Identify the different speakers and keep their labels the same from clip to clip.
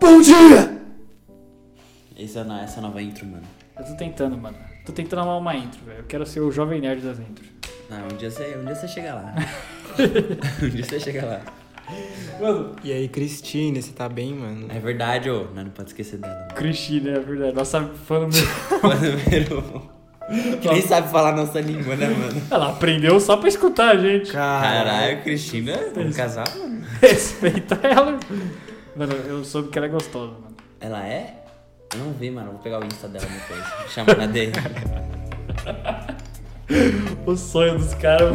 Speaker 1: Bom dia!
Speaker 2: Essa, é a- essa é a nova intro, mano.
Speaker 3: Eu tô tentando, mano. Tô tentando arrumar uma intro, velho. Eu quero ser o jovem nerd das intros.
Speaker 2: Ah, um dia você, um dia você chega lá. um dia você chega lá.
Speaker 3: Mano,
Speaker 4: E aí, Cristina, você tá bem, mano?
Speaker 2: É verdade, ô. Não, não pode esquecer dela.
Speaker 3: Cristina, é verdade. Nossa fã número.
Speaker 2: Fã número um. Que nem sabe falar nossa língua, né, mano?
Speaker 3: Ela aprendeu só pra escutar a gente.
Speaker 2: Caralho, Cristina,
Speaker 3: É
Speaker 2: um casal, mano.
Speaker 3: Respeita ela. Mano, eu soube que ela é gostosa, mano.
Speaker 2: Ela é? Eu não vi, mano. Vou pegar o Insta dela depois. Chama na DM.
Speaker 3: O sonho dos caras.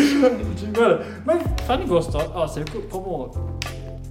Speaker 3: mano, mas fala em gostosa. Ó, você viu como.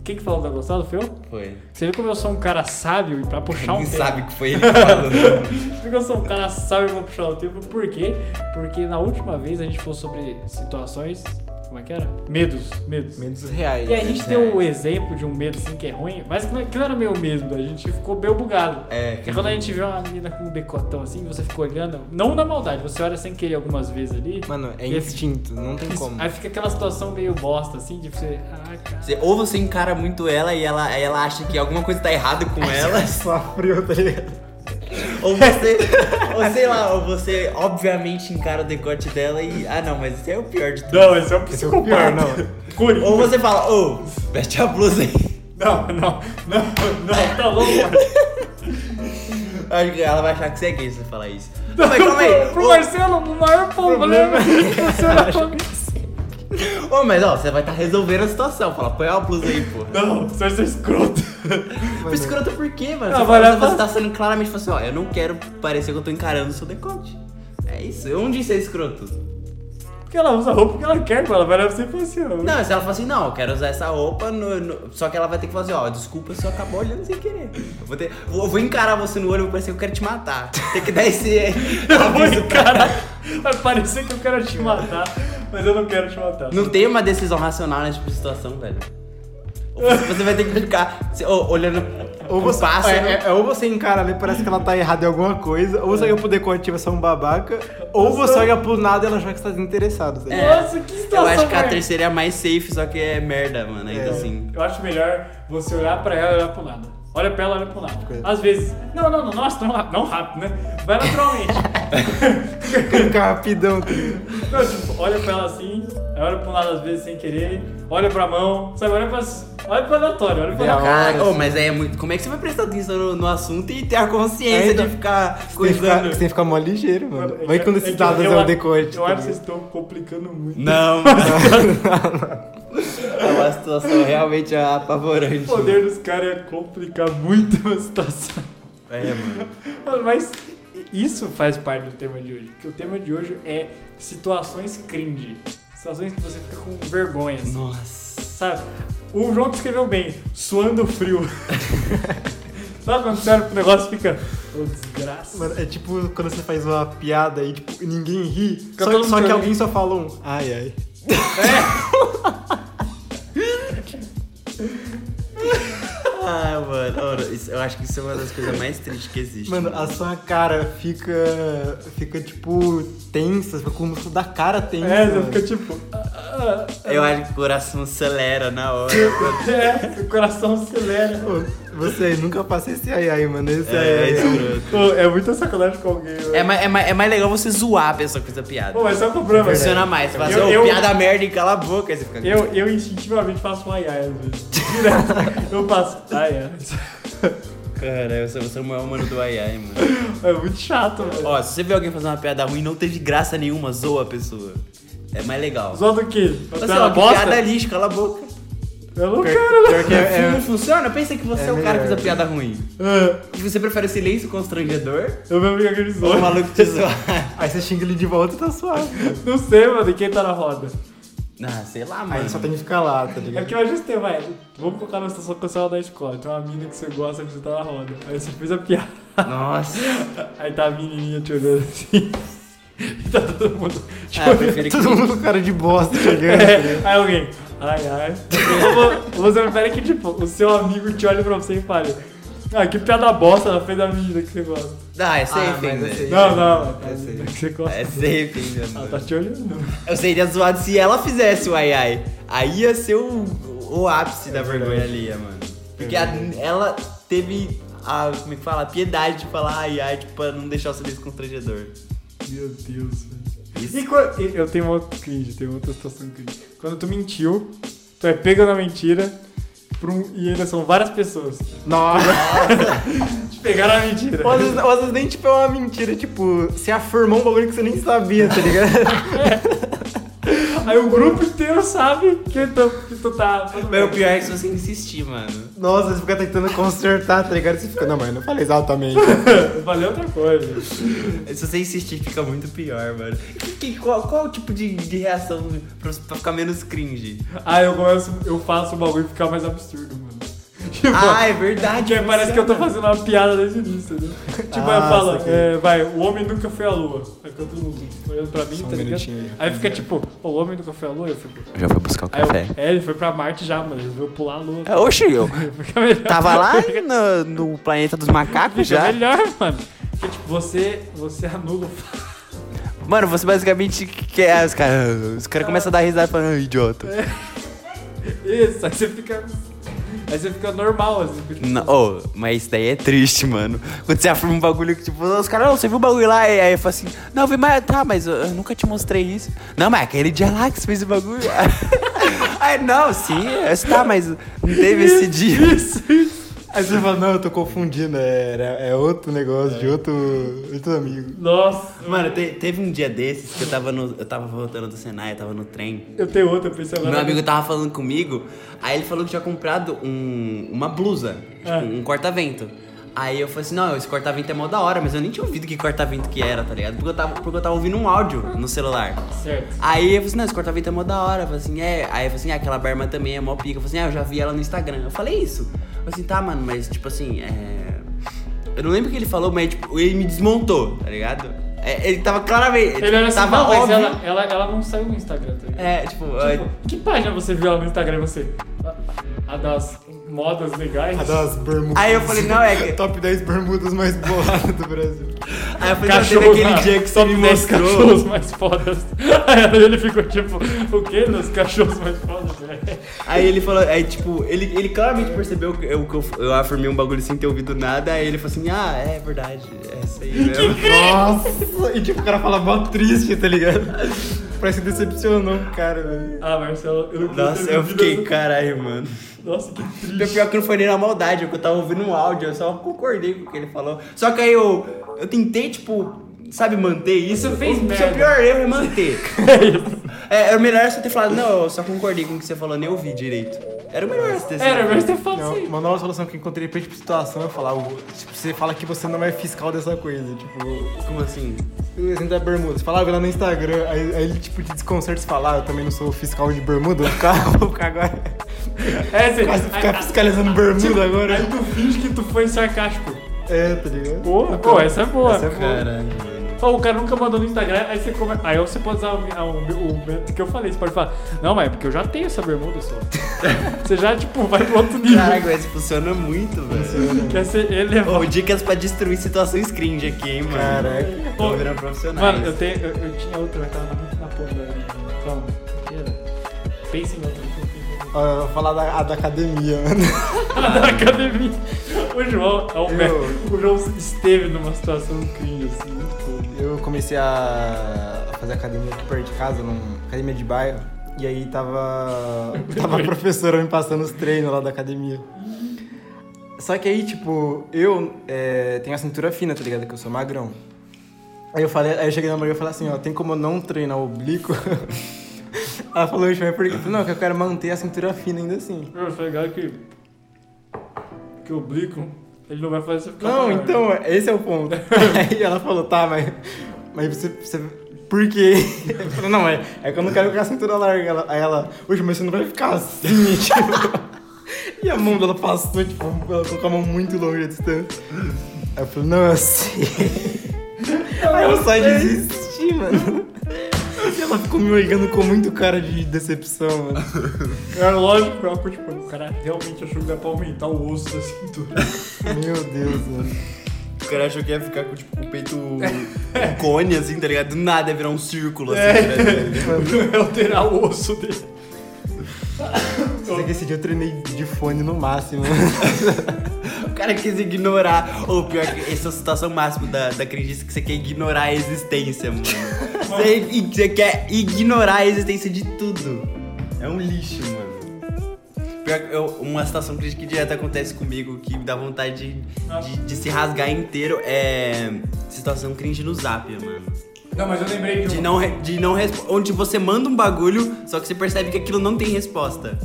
Speaker 3: Quem que falou da gostosa? Foi eu?
Speaker 2: Foi.
Speaker 3: Você viu como eu sou um cara sábio e pra puxar um
Speaker 2: Ninguém
Speaker 3: tema.
Speaker 2: sabe que foi ele que falou. né?
Speaker 3: Porque eu sou um cara sábio pra puxar o tempo. Por quê? Porque na última vez a gente falou sobre situações. Como é que era? Medos. Medos.
Speaker 4: Menos reais. né?
Speaker 3: E a gente
Speaker 2: É.
Speaker 3: deu um exemplo de um medo assim que é ruim, mas que não, que não era meu mesmo, a gente ficou meio bugado.
Speaker 2: É,
Speaker 3: Porque quando a gente vê uma menina com um decotão assim, você fica olhando, não na maldade, você olha sem querer algumas vezes ali.
Speaker 4: Mano, é
Speaker 3: E aí
Speaker 4: instinto, não tem como.
Speaker 3: Aí fica aquela situação meio bosta, assim, de você. Ah, cara.
Speaker 2: Você- ou você encara muito ela e ela, aí ela acha que alguma coisa tá errada com ela.
Speaker 4: Só frio, tá ligado?
Speaker 2: Ou você, ou sei lá, ou você obviamente encara o decote dela e. Ah não, mas esse é o pior de tudo.
Speaker 3: Não, esse é um
Speaker 4: Esse é o pior, não.
Speaker 3: Coringa.
Speaker 2: Ou você fala, ô, veste a blusa aí.
Speaker 3: Não, não, não, não, tá louco, mano.
Speaker 2: Acho que ela vai achar que você é gay se você falar isso. Não, mas calma aí.
Speaker 3: Pro Marcelo, o maior problema é que você na família.
Speaker 2: Ô, ô, mas ó, você vai estar resolvendo a situação. Fala, põe a blusa aí, pô.
Speaker 3: Não, você é escroto.
Speaker 2: Por escroto por quê, mano?
Speaker 3: Ah,
Speaker 2: Você,
Speaker 3: vai lá,
Speaker 2: fala-
Speaker 3: fala-
Speaker 2: você tá sendo claramente falando assim, ó, eu não quero parecer que eu tô encarando o seu decote. É isso. Eu não disse ser escroto.
Speaker 3: Porque ela usa roupa que ela quer, mano. Ela vai lá pra você e fala assim, ó.
Speaker 2: Não, se ela fala assim, não, eu quero usar essa roupa, no- no- só que ela vai ter que falar assim, ó, desculpa se eu acabar olhando sem querer. Eu vou, ter, vou, vou encarar você no olho, vou parecer que eu quero te matar. Tem que dar esse
Speaker 3: Eu vou
Speaker 2: aviso pra
Speaker 3: encarar. Vai parecer que eu quero te matar, mas eu não quero te matar.
Speaker 2: Não tem uma decisão racional nessa tipo de situação, velho. Ou Você vai ter que ficar se- ou- olhando
Speaker 4: Ou
Speaker 2: pro
Speaker 4: você,
Speaker 2: pássaro.
Speaker 4: é, é- ou você encara ali, parece que ela tá errada em alguma coisa, ou você olha pro decote e você é um babaca, ou você olha pro nada e ela acha que você tá desinteressado. Tá ligado?
Speaker 3: Nossa, que
Speaker 2: Eu
Speaker 3: situação.
Speaker 2: acho que a
Speaker 3: merda.
Speaker 2: terceira é a mais safe, só que é merda, mano. Ainda
Speaker 4: É.
Speaker 2: assim.
Speaker 3: Eu acho melhor você olhar pra ela e olhar pro nada. Olha pra ela e olha pro nada.
Speaker 4: Coisa.
Speaker 3: Às vezes. Não, não, não, nossa, não, não rápido, né? Vai naturalmente.
Speaker 4: Fica rapidão. tá ligado?
Speaker 3: Não, tipo, olha pra ela assim, aí olha pra um lado às vezes sem querer, olha pra mão, sabe, olha pra. Olha pro aleatório, olha pra
Speaker 4: É a
Speaker 3: ela.
Speaker 4: hora,
Speaker 2: Cara, ô, mas aí é muito. Como é que você vai prestar atenção no, no assunto e ter a consciência
Speaker 4: Ainda-
Speaker 2: de ficar
Speaker 4: Você tem que ficar-
Speaker 2: coisando?
Speaker 4: você tem que ficar mó ligeiro, mano. Vai quando
Speaker 3: É
Speaker 4: esses
Speaker 3: que
Speaker 4: dados
Speaker 3: eu-
Speaker 4: é o decote.
Speaker 3: Eu
Speaker 4: tá
Speaker 3: acho que
Speaker 4: ligado?
Speaker 3: vocês estão complicando muito.
Speaker 2: Não, é uma situação realmente apavorante.
Speaker 3: O poder dos caras é complicar muito a situação.
Speaker 2: É, mano.
Speaker 3: Mano, Mas isso faz parte do tema de hoje. Porque o tema de hoje é situações cringe. Situações que você fica com vergonha. assim,
Speaker 2: Nossa.
Speaker 3: Sabe? O João que escreveu bem, suando frio. sabe quando você olha pro negócio e fica. Ô, desgraça.
Speaker 4: Mano, é tipo quando você faz uma piada e tipo, ninguém ri,
Speaker 3: Fica
Speaker 4: só,
Speaker 3: todo
Speaker 4: só
Speaker 3: mundo
Speaker 4: que
Speaker 3: olhando.
Speaker 4: alguém só fala um ai ai.
Speaker 2: Ah, mano. olha, isso- eu acho que isso é uma das coisas mais tristes que existe.
Speaker 4: Mano, a sua cara fica. fica tipo tensa, fica com o músculo da cara tenso.
Speaker 3: é, você
Speaker 4: mano.
Speaker 3: fica tipo. "Ah, ah,
Speaker 2: Eu acho que o coração acelera na hora.
Speaker 3: ah." É, o coração acelera.
Speaker 4: Ô, Você aí, nunca passa esse ai ai, mano. Esse ai
Speaker 2: é, é
Speaker 4: ai.
Speaker 2: escroto.
Speaker 3: Ô, é muita sacanagem com alguém. velho.
Speaker 2: É, mais- é mais- é mais legal você zoar a pessoa que fez a piada.
Speaker 3: Pô, mas sabe qual é o problema?
Speaker 2: Funciona mais. Você fala assim,
Speaker 3: Eu-
Speaker 2: "Ô,
Speaker 3: eu-
Speaker 2: piada merda e cala a boca. Aí você fica...
Speaker 3: Eu, eu instintivamente faço um ai ai às vezes. Direto. Eu faço ai ai.
Speaker 2: Cara, você, você é o maior mano do ai ai, mano.
Speaker 3: É muito chato, mano.
Speaker 2: Ó, se você vê alguém fazer uma piada ruim, não teve graça nenhuma, zoa a pessoa. É mais legal.
Speaker 3: Zoa do quê?
Speaker 2: Fala Assim,
Speaker 3: Você ela
Speaker 2: ó, que piada
Speaker 3: bosta?
Speaker 2: lixo, cala a boca.
Speaker 3: Eu não quero, né?
Speaker 4: Pior que é-
Speaker 2: Não
Speaker 4: é-
Speaker 2: funciona? Pensa que você é,
Speaker 4: é
Speaker 2: o cara que fez a
Speaker 4: melhor.
Speaker 2: piada ruim.
Speaker 3: Ah,
Speaker 2: E você prefere o silêncio constrangedor
Speaker 3: Eu mesmo fico aquele
Speaker 2: ou o
Speaker 3: zoa.
Speaker 2: maluco te zoar?
Speaker 4: Aí você xinga ele de volta e tá suave.
Speaker 3: Não sei, mano, e quem tá na roda.
Speaker 2: Ah, sei lá, mano.
Speaker 4: Aí só tem que ficar lá, tá
Speaker 3: É
Speaker 4: ligado?
Speaker 3: porque imagina você vai. Vamos colocar na situação cancelada da escola. Tem uma mina que você gosta que você tá na roda. Aí você fez a piada.
Speaker 2: Nossa.
Speaker 3: Aí tá a menininha te olhando assim. E tá todo mundo te
Speaker 2: Ah, eu
Speaker 3: olhando.
Speaker 2: prefiro
Speaker 4: Todo
Speaker 2: que...
Speaker 4: mundo com cara de bosta chegando. tá ligado?
Speaker 3: É, aí alguém, ai, ai. Ou vo- Você prefere que, tipo, o seu amigo te olhe pra você e fale, ah, que piada bosta na frente da menina que você gosta.
Speaker 2: Ah, é
Speaker 4: Ah,
Speaker 2: safe,
Speaker 4: mas
Speaker 2: ainda.
Speaker 4: é safe.
Speaker 3: Não, não,
Speaker 4: É
Speaker 3: não.
Speaker 4: safe.
Speaker 3: que você gosta.
Speaker 2: É safe, ainda.
Speaker 3: Ela
Speaker 2: mano.
Speaker 3: tá te olhando.
Speaker 2: Eu seria zoado É se ela fizesse o ai ai. Aí ia ser o, o ápice da vergonha alheia, mano. Porque a- ela teve a, como é que fala, a piedade de falar ai ai, tipo, pra não deixar o silêncio constrangedor.
Speaker 3: Meu Deus, velho. E quando- e Eu tenho outro cringe, tenho outra situação cringe. Quando tu mentiu, tu é pego na mentira por um- e ainda são várias pessoas.
Speaker 4: Nossa.
Speaker 3: Te pegaram na mentira.
Speaker 4: Ou às, vezes, ou às vezes nem tipo é uma mentira, tipo, você afirmou um bagulho que você nem sabia, tá ligado?
Speaker 3: Aí o grupo inteiro sabe que tu, que tu tá.
Speaker 2: Mas o pior é que se você insistir, mano.
Speaker 4: Nossa, você fica tentando consertar, tá ligado? Você fica, não, mas eu não falei exatamente.
Speaker 3: Valeu outra coisa.
Speaker 2: Se você insistir, fica muito pior, mano. Que- que- qual, qual o tipo de, de reação pra, pra ficar menos cringe?
Speaker 3: Aí Ah, eu começo, eu faço o bagulho ficar mais absurdo, mano. Tipo,
Speaker 2: Ah, é verdade.
Speaker 3: que parece que eu tô fazendo uma piada desde o início, né? Tipo, aí eu
Speaker 4: Ah,
Speaker 3: falo,
Speaker 4: saquei.
Speaker 3: é, vai, o homem nunca foi à lua. Aí fica todo mundo olhando pra mim,
Speaker 4: Só um
Speaker 3: tá ligado?
Speaker 4: minutinho aí.
Speaker 3: Aí fica tipo, "Pô, o homem nunca foi à lua? Eu fico.
Speaker 2: Já foi buscar o
Speaker 3: Aí eu, é, ele foi pra Marte já, mano. Ele veio pular a lua.
Speaker 4: É,
Speaker 2: Oxi, eu
Speaker 3: Fica melhor.
Speaker 2: tava lá no, planeta dos macacos
Speaker 3: Fica
Speaker 2: Ah, já.
Speaker 3: melhor, mano. Porque, tipo, você, você anula o fato.
Speaker 2: Mano, você basicamente quer. Os caras os cara começam a dar risada falando, "Ah, idiota.
Speaker 3: Isso, aí você fica. Aí você fica normal, assim. fica, tipo,
Speaker 2: Não, ô, mas isso daí é triste, mano. Quando você afirma um bagulho que, tipo, os caras, não, você viu o bagulho lá? E aí eu falo assim, não, eu vi, mas tá, mas eu, eu nunca te mostrei isso. Não, mas aquele dia lá que você fez o bagulho. aí, não, sim, eu, tá, mas não teve esse dia.
Speaker 3: Isso, isso.
Speaker 4: Aí você fala, não, eu tô confundindo, era, é outro negócio, de outro, outro amigo.
Speaker 3: Nossa.
Speaker 2: Mano, te- teve um dia desses que eu tava no. Eu tava voltando do Senai, eu tava no trem.
Speaker 3: Eu tenho outra, eu pensei agora.
Speaker 2: Meu amigo tava falando comigo, aí ele falou que tinha comprado um- uma blusa, tipo,
Speaker 3: Ah.
Speaker 2: um corta-vento. Aí eu falei assim, não, esse corta-vento é mó da hora, mas eu nem tinha ouvido que corta-vento que era, tá ligado? Porque eu tava, porque eu tava ouvindo um áudio no celular.
Speaker 3: Certo.
Speaker 2: Aí eu falei assim, não, esse corta-vento é mó da hora. Eu falei assim, é. Aí eu falei assim, ah, aquela berma também é mó pica. Eu falei assim, ah, eu já vi ela no Instagram. Eu falei isso. Eu falei assim, tá, mano, mas tipo assim, é. Eu não lembro o que ele falou, mas tipo, ele me desmontou, tá ligado? É, ele tava claramente. tipo,
Speaker 3: Ele era assim,
Speaker 2: tava
Speaker 3: não, mas
Speaker 2: óbvio.
Speaker 3: ela, ela, ela não saiu no Instagram, tá ligado?
Speaker 2: É, tipo,
Speaker 3: Tipo, que página você viu ela no Instagram você? A- A, das modas legais?
Speaker 4: A das bermudas.
Speaker 2: Aí eu falei, não, é que-
Speaker 4: Top 10 bermudas mais boladas do Brasil.
Speaker 2: Aí eu falei,
Speaker 3: Cachorro,
Speaker 2: não, teve aquele
Speaker 3: ah,
Speaker 2: dia que você
Speaker 3: top
Speaker 2: me
Speaker 3: 10
Speaker 2: mostrou.
Speaker 3: cachorros mais fodas. Aí ele ficou tipo, o que nos cachorros mais fodas? né?" velho?
Speaker 2: Aí ele falou, aí tipo, ele, ele claramente percebeu que eu, que eu, eu afirmei um bagulho sem ter ouvido nada, aí ele falou assim, ah, é verdade, é isso aí mesmo.
Speaker 4: Nossa, e tipo, o cara fala mó triste, tá ligado? Parece que decepcionou o cara, velho.
Speaker 3: Ah, Marcelo, eu não queria
Speaker 2: Nossa,
Speaker 3: ter
Speaker 2: eu
Speaker 3: vivido
Speaker 2: fiquei,
Speaker 3: essa-
Speaker 2: caralho, mano.
Speaker 3: Nossa, que triste.
Speaker 2: Então, Pior pior que não foi nem na maldade, eu tava ouvindo um áudio, eu só concordei com o que ele falou. Só que aí eu, eu tentei, tipo, sabe, manter isso.
Speaker 3: Você fez
Speaker 2: o,
Speaker 3: merda.
Speaker 2: Seu pior erro é manter.
Speaker 3: É isso.
Speaker 2: é, era o melhor você ter falado, não, eu só concordei com o que você falou, nem ouvi direito. Era o melhor você ter sido.
Speaker 3: É, Era, mas você fala
Speaker 4: Não,
Speaker 3: assim.
Speaker 4: uma nova solução que eu encontrei pra tipo situação é falar, o- tipo, você fala que você não é fiscal dessa coisa, tipo,
Speaker 2: Como assim?
Speaker 4: exemplo da bermuda, você fala, ah, eu vi lá no Instagram, aí, aí ele tipo te desconcerta e fala, ah, eu também não sou fiscal de bermuda, vou ficar, vou ficar agora.
Speaker 3: É, você
Speaker 4: Quase
Speaker 3: aí-
Speaker 4: ficar fiscalizando bermuda agora.
Speaker 3: Aí tu finge que tu foi sarcástico.
Speaker 4: É, tá ligado?
Speaker 3: Pô, pô, essa é boa.
Speaker 4: Essa é boa.
Speaker 2: Caralho, mano.
Speaker 3: Ou o cara nunca mandou no Instagram, aí você come... Aí você pode usar o, ah, o- o método que eu falei, você pode falar, não, mas é porque eu já tenho essa bermuda só. você já, tipo, vai pro outro nível.
Speaker 2: Caraca, mas funciona muito, velho.
Speaker 3: Quer ser elevado.
Speaker 2: Ô, dicas pra destruir situações cringe aqui, hein, mano.
Speaker 4: Caraca.
Speaker 2: Tô virando
Speaker 4: é
Speaker 2: profissionais.
Speaker 3: Mano, eu, tenho, eu, eu tinha outra, mas tava muito na ponta. né? Calma, o que era? Pensa em outra.
Speaker 4: Ó, eu vou falar da, a da academia, mano.
Speaker 3: Na academia. O João, é o,
Speaker 4: Eu-
Speaker 3: pé. o João esteve numa situação cringe, assim, muito boa.
Speaker 4: Eu comecei a a fazer academia aqui perto de casa, numa academia de bairro. E aí tava, tava a professora me passando os treinos lá da academia. Só que aí, tipo, eu é, tenho a cintura fina, tá ligado? Que eu sou magrão. Aí eu falei, aí eu cheguei na mulher e falei assim, ó, tem como eu não treinar o oblíquo? Ela falou isso, mas por quê? Eu falei, Não, que eu quero manter a cintura fina ainda assim.
Speaker 3: Eu falei, cara, que. Que o Blico, ele não vai fazer você ficar
Speaker 4: Não,
Speaker 3: maior.
Speaker 4: então, esse é o ponto. Aí ela falou, tá, mas. Mas você. você por quê? Eu falei, não, é, é que eu não quero ficar a cintura larga. Ela, aí ela, oxe, mas você não vai ficar assim, tipo. E a mão dela passou, tipo, ela colocou a mão muito longe a distância. Aí eu falei, não, eu sei. Aí eu só desisti, mano. E ela ficou me olhando com muito cara de decepção, mano.
Speaker 3: É lógico, próprio, tipo, o cara realmente achou que dá pra aumentar o osso assim, da cintura.
Speaker 4: Meu Deus, mano.
Speaker 2: O cara achou que ia ficar com, tipo, com o peito um cone, assim, tá ligado? Do nada ia virar um círculo, assim.
Speaker 3: É. Não é alterar o osso dele.
Speaker 4: Só que esse dia eu treinei de fone no máximo.
Speaker 2: O cara quis ignorar. Ou pior, que essa é a situação máxima da, da crendice que você quer ignorar a existência, mano. Você, você quer ignorar a existência de tudo. É um lixo, mano. Pior que eu- uma situação crítica que direto acontece comigo, que me dá vontade de, de, de se rasgar inteiro, é. Situação cringe no zap, mano.
Speaker 5: Não, mas eu lembrei de
Speaker 2: De
Speaker 5: um.
Speaker 2: não, re- de não respo- Onde você manda um bagulho, só que você percebe que aquilo não tem resposta.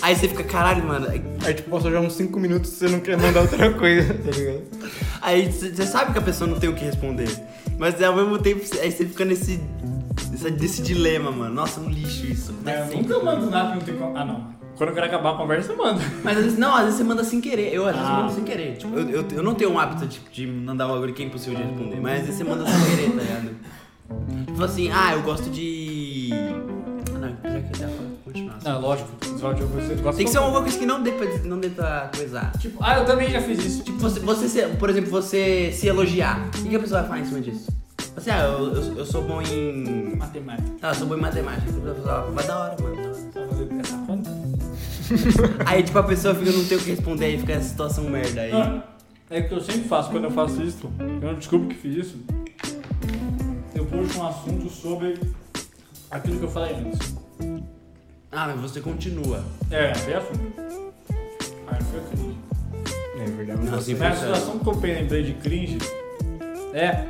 Speaker 2: Aí você fica, caralho, mano.
Speaker 4: Aí, tipo, passou já uns 5 minutos e você não quer mandar outra coisa, tá ligado?
Speaker 2: Aí você sabe que a pessoa não tem o que responder. Mas ao mesmo tempo, cê- aí você fica nesse. nessa- Desse dilema, mano. Nossa, é um lixo isso.
Speaker 5: É, eu
Speaker 2: Acontece sempre.
Speaker 5: nunca mando nada que não tem como. Ah, não. Quando eu quero acabar a conversa, eu mando.
Speaker 2: Mas às vezes, não, às vezes você manda sem querer. Eu às vezes
Speaker 5: Ah.
Speaker 2: mando sem querer. Tipo, eu, eu, eu não tenho um hábito de, de mandar um bagulho que é impossível de responder. Mas às vezes você manda sem querer, tá ligado? Tipo assim, ah, eu gosto de. Ah, não, apesar que eu já vou continuar.
Speaker 5: Não, lógico. Só de você gosta
Speaker 2: é Tem que ser alguma coisa que não dê pra, não dê pra coisar.
Speaker 5: Tipo, ah, eu também já fiz isso.
Speaker 2: Tipo, você, você se- por exemplo, você se elogiar. O que a pessoa vai falar em cima disso? Você, ah, eu, eu, eu sou bom em.
Speaker 5: Matemática.
Speaker 2: Ah, eu sou bom em matemática. A pessoa fala, mas da hora, mano. tá da hora."
Speaker 5: Só fazer essa conta.
Speaker 2: Aí, tipo, a pessoa fica, não tem o que responder, aí fica essa situação merda aí.
Speaker 5: Ah, É que eu sempre faço quando eu faço isso. Eu não descubro que fiz isso. Eu puxo um assunto sobre aquilo que eu falei antes.
Speaker 2: Ah, mas você continua.
Speaker 5: É, bem assunto. Aí foi cringe.
Speaker 4: É verdade.
Speaker 2: Não, assim,
Speaker 5: Mas a
Speaker 2: funciona.
Speaker 5: situação que eu lembrei de cringe é.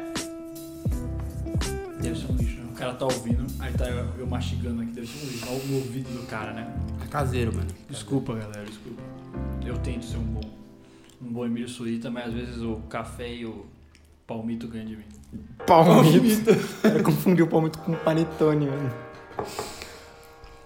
Speaker 5: Deve ser um lixo, né? O cara tá ouvindo, aí tá eu, eu mastigando aqui, deve ser um lixo. Olha o ouvido do cara, né?
Speaker 2: É caseiro, mano.
Speaker 5: Desculpa, galera, desculpa. Eu tento ser um bom, um bom Emílio Suíta, mas às vezes o café e o palmito ganham de mim.
Speaker 4: Palmito. Eu confundi o palmito com panetone, mano.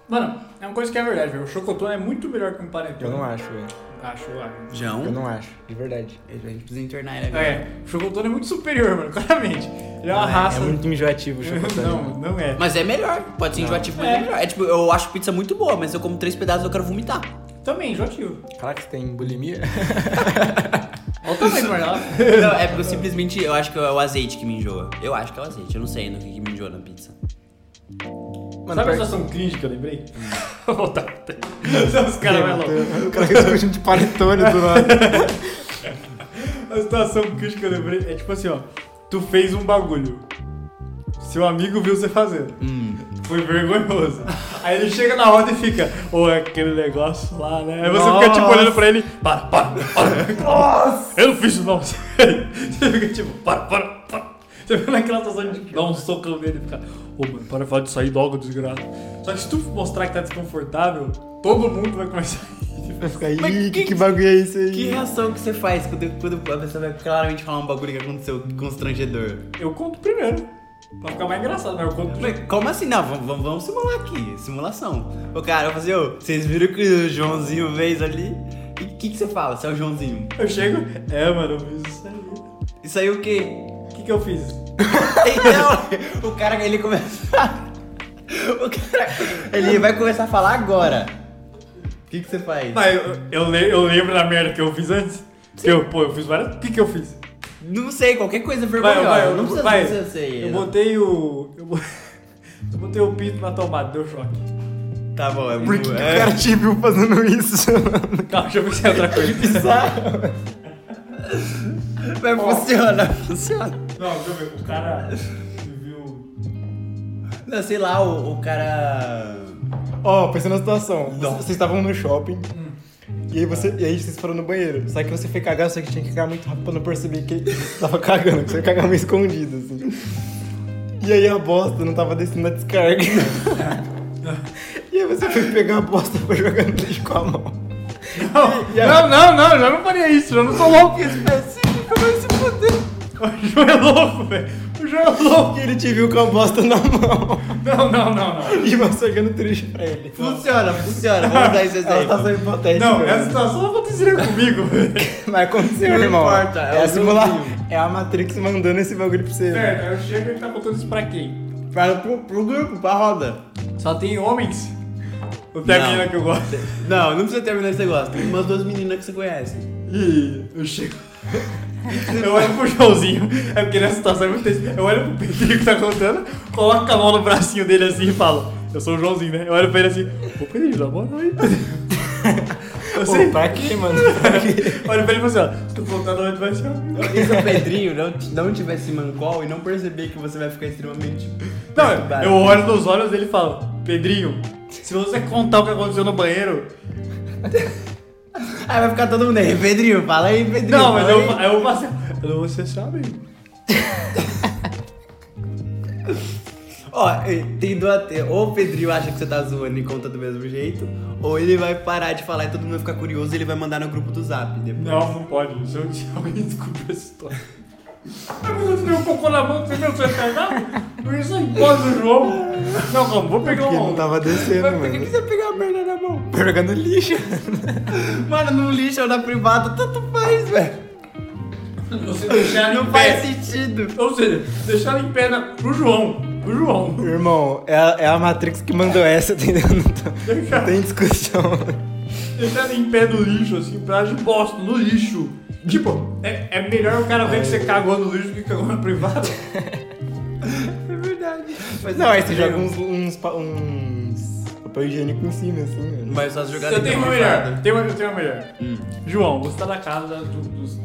Speaker 5: Mano, é uma coisa que é verdade, velho. O chocotone é muito melhor que um panetone.
Speaker 4: Eu não acho, velho.
Speaker 5: Acho, eu acho.
Speaker 4: Eu
Speaker 2: João?
Speaker 4: não acho, de verdade.
Speaker 2: A gente precisa internar ele agora.
Speaker 5: É, o chocotone é muito superior, mano, claramente. Ele é uma
Speaker 2: Não é,
Speaker 5: raça.
Speaker 4: É muito enjoativo o chocotone.
Speaker 5: não, não é.
Speaker 2: Mas é melhor. Pode ser enjoativo, mas é.
Speaker 5: É.
Speaker 2: melhor. É tipo, eu acho pizza muito boa, mas eu como três pedaços eu quero vomitar.
Speaker 5: Também, enjoativo.
Speaker 4: Caraca, você tem bulimia?
Speaker 5: Olha o tamanho do guardanapo.
Speaker 2: não, é porque eu simplesmente eu acho que é o azeite que me enjoa. Eu acho que é o azeite. Eu não sei ainda o que, que me enjoa na pizza.
Speaker 4: Mano,
Speaker 5: Sabe a
Speaker 4: per-
Speaker 5: situação cringe que eu lembrei? Vou voltar. Só Os caras vai logo.
Speaker 4: O cara que tá de panetone do lado.
Speaker 5: A situação cringe que eu lembrei é tipo assim, ó. Tu fez um bagulho. Seu amigo viu você fazer.
Speaker 2: Hum.
Speaker 5: Foi vergonhoso. Aí ele chega na roda e fica, ô, é aquele negócio lá, né? Aí você fica tipo
Speaker 4: Nossa.
Speaker 5: olhando pra ele, para, para, para. Nossa! Eu não fiz isso, não. Você fica tipo, para, para, para. Você fica naquela situação de dar um socão nele e ficar, ô, mano, para de falar disso aí logo, desgraça. Só que se tu mostrar que tá desconfortável, todo mundo vai começar a rir.
Speaker 4: Vai ficar,
Speaker 2: Mas
Speaker 4: ih, que,
Speaker 2: que-
Speaker 4: que bagulho é isso aí?
Speaker 2: Que reação que você faz quando, quando a pessoa vai claramente falar um bagulho que aconteceu constrangedor?
Speaker 5: Eu conto primeiro. Pra ficar mais engraçado, mas eu conto primeiro.
Speaker 2: Mas Como assim? Não, vamos, vamos- vamos simular aqui. Simulação. O cara vai fazer, ô, vocês viram que o Joãozinho fez ali? E o que, que você fala? Você é o Joãozinho.
Speaker 5: Eu chego, é, mano, eu fiz isso aí. O
Speaker 2: Isso aí é o quê?
Speaker 5: que, que eu fiz?
Speaker 2: Então, o cara, ele começa. o cara, ele vai começar a falar agora. O que, que você faz?
Speaker 5: Ah, eu, eu, le- eu lembro da merda que eu fiz antes. Que eu, pô, eu fiz várias. O que, que eu fiz?
Speaker 2: Não sei, qualquer coisa é
Speaker 5: Vai,
Speaker 2: vergonhosa.
Speaker 5: eu- vai, eu-
Speaker 2: não precisa,
Speaker 5: vai.
Speaker 2: não precisa ser.
Speaker 5: Eu botei o. Eu bo- eu botei o pinto na tomada, deu choque.
Speaker 2: Tá bom, é
Speaker 4: Por que, que
Speaker 2: muito.
Speaker 4: o
Speaker 2: é-
Speaker 4: cara te viu fazendo isso, mano?
Speaker 5: Calma, deixa eu pensar em outra coisa.
Speaker 2: Mas funciona, funciona.
Speaker 5: Não, deixa eu ver. O cara me viu.
Speaker 2: Não, sei lá, o, o cara.
Speaker 4: Ó, pensa na situação.
Speaker 2: Não. Hum.
Speaker 4: Vocês estavam no shopping. E aí, você, e aí vocês foram no banheiro. Só que você foi cagar, só que tinha que cagar muito rápido pra não perceber que você tava cagando. que Você ia cagar meio escondido, assim. E aí a bosta não tava descendo a descarga. e aí você foi pegar a bosta e foi jogar no lixo com a mão. E- e a-
Speaker 5: Não, não, não, já não faria isso, eu não sou louco.
Speaker 4: Esse específico vai se fuder.
Speaker 5: O João é louco, velho. O João é louco.
Speaker 4: E ele te viu com a bosta na mão.
Speaker 5: Não, não, não, não.
Speaker 4: E você jogando triste pra ele.
Speaker 2: Funciona, funciona. Vamos usar isso
Speaker 4: Ela
Speaker 2: aí.
Speaker 4: tá sendo hipotética.
Speaker 5: Não,
Speaker 4: velho.
Speaker 5: essa situação não aconteceria comigo, velho.
Speaker 4: Mas aconteceu,
Speaker 2: Não
Speaker 4: irmão.
Speaker 2: importa, é
Speaker 4: é
Speaker 2: o É.
Speaker 4: a simula...
Speaker 2: joguinho.
Speaker 4: É a Matrix mandando esse bagulho pra você.
Speaker 5: Certo, aí eu chego e ele tá contando isso pra quem?
Speaker 2: Para pro, pro grupo, pra roda.
Speaker 5: Só tem homens? Ou tem a
Speaker 2: Não.
Speaker 5: menina que eu gosto?
Speaker 2: Não, não precisa terminar esse negócio. Tem umas duas meninas que você conhece.
Speaker 5: E eu chego. Eu olho pro Joãozinho, é porque nessa situação é muito tenso. Eu olho pro Pedrinho que tá contando, coloco a mão no bracinho dele assim e falo: Eu sou o Joãozinho, né? Eu olho pra ele assim: Ô Pedrinho, dá boa noite. Eu
Speaker 4: Pô,
Speaker 5: sei.
Speaker 4: pra quê, mano?
Speaker 5: Olha pra ele e fala assim, ó. Se tu voltar da onde vai ser.
Speaker 4: E se o Pedrinho não, t- não tivesse mancol e não perceber que você vai ficar extremamente.
Speaker 5: Não, eu olho nos olhos dele e falo, Pedrinho, se você contar o que aconteceu no banheiro.
Speaker 4: Aí vai ficar todo mundo aí, Pedrinho, fala aí, Pedrinho.
Speaker 5: Não, mas
Speaker 4: fala
Speaker 5: eu,
Speaker 4: aí."
Speaker 5: eu, eu passei. Eu, você sabe.
Speaker 4: Ó, tem do até. Ou o Pedrinho acha que você tá zoando e conta do mesmo jeito, ou ele vai parar de falar e todo mundo vai ficar curioso e ele vai mandar no grupo do zap depois.
Speaker 5: Não, não pode. Se eu tinha alguém descobrir essa história. Ai, meu Deus, tem um cocô na mão, você viu? Você tá Isso aí, pode o jogo. Não, calma, vou pegar
Speaker 4: Porque
Speaker 5: um.
Speaker 4: não tava descendo,
Speaker 5: Mas por
Speaker 4: mano.
Speaker 5: que que você pegou a perna na mão?
Speaker 4: tá Jogando lixo. Mano, no lixo ou na privada, tanto faz, velho.
Speaker 5: Você deixar
Speaker 4: tá. Não é.
Speaker 5: em
Speaker 4: faz
Speaker 5: pé.
Speaker 4: sentido.
Speaker 5: Ou seja, deixar em pé na- pro João. Pro João.
Speaker 4: Irmão, é a, é a Matrix que mandou essa, entendeu? Não, tá-
Speaker 5: Deixar-
Speaker 4: não tem discussão.
Speaker 5: Deixar em pé no lixo, assim, pra de bosta, no lixo. Tipo, é, é melhor o cara ver que você cagou no lixo do que cagou na privada.
Speaker 4: É verdade. Mas não, aí você joga uns, uns, pa- uns papel higiênico em cima, assim. mano.
Speaker 2: Mas as jogadas
Speaker 5: Eu tenho
Speaker 2: na
Speaker 5: uma
Speaker 2: privada.
Speaker 5: melhor. Tem uma, eu tenho uma melhor.
Speaker 2: Hum.
Speaker 5: João, você tá na casa do- dos.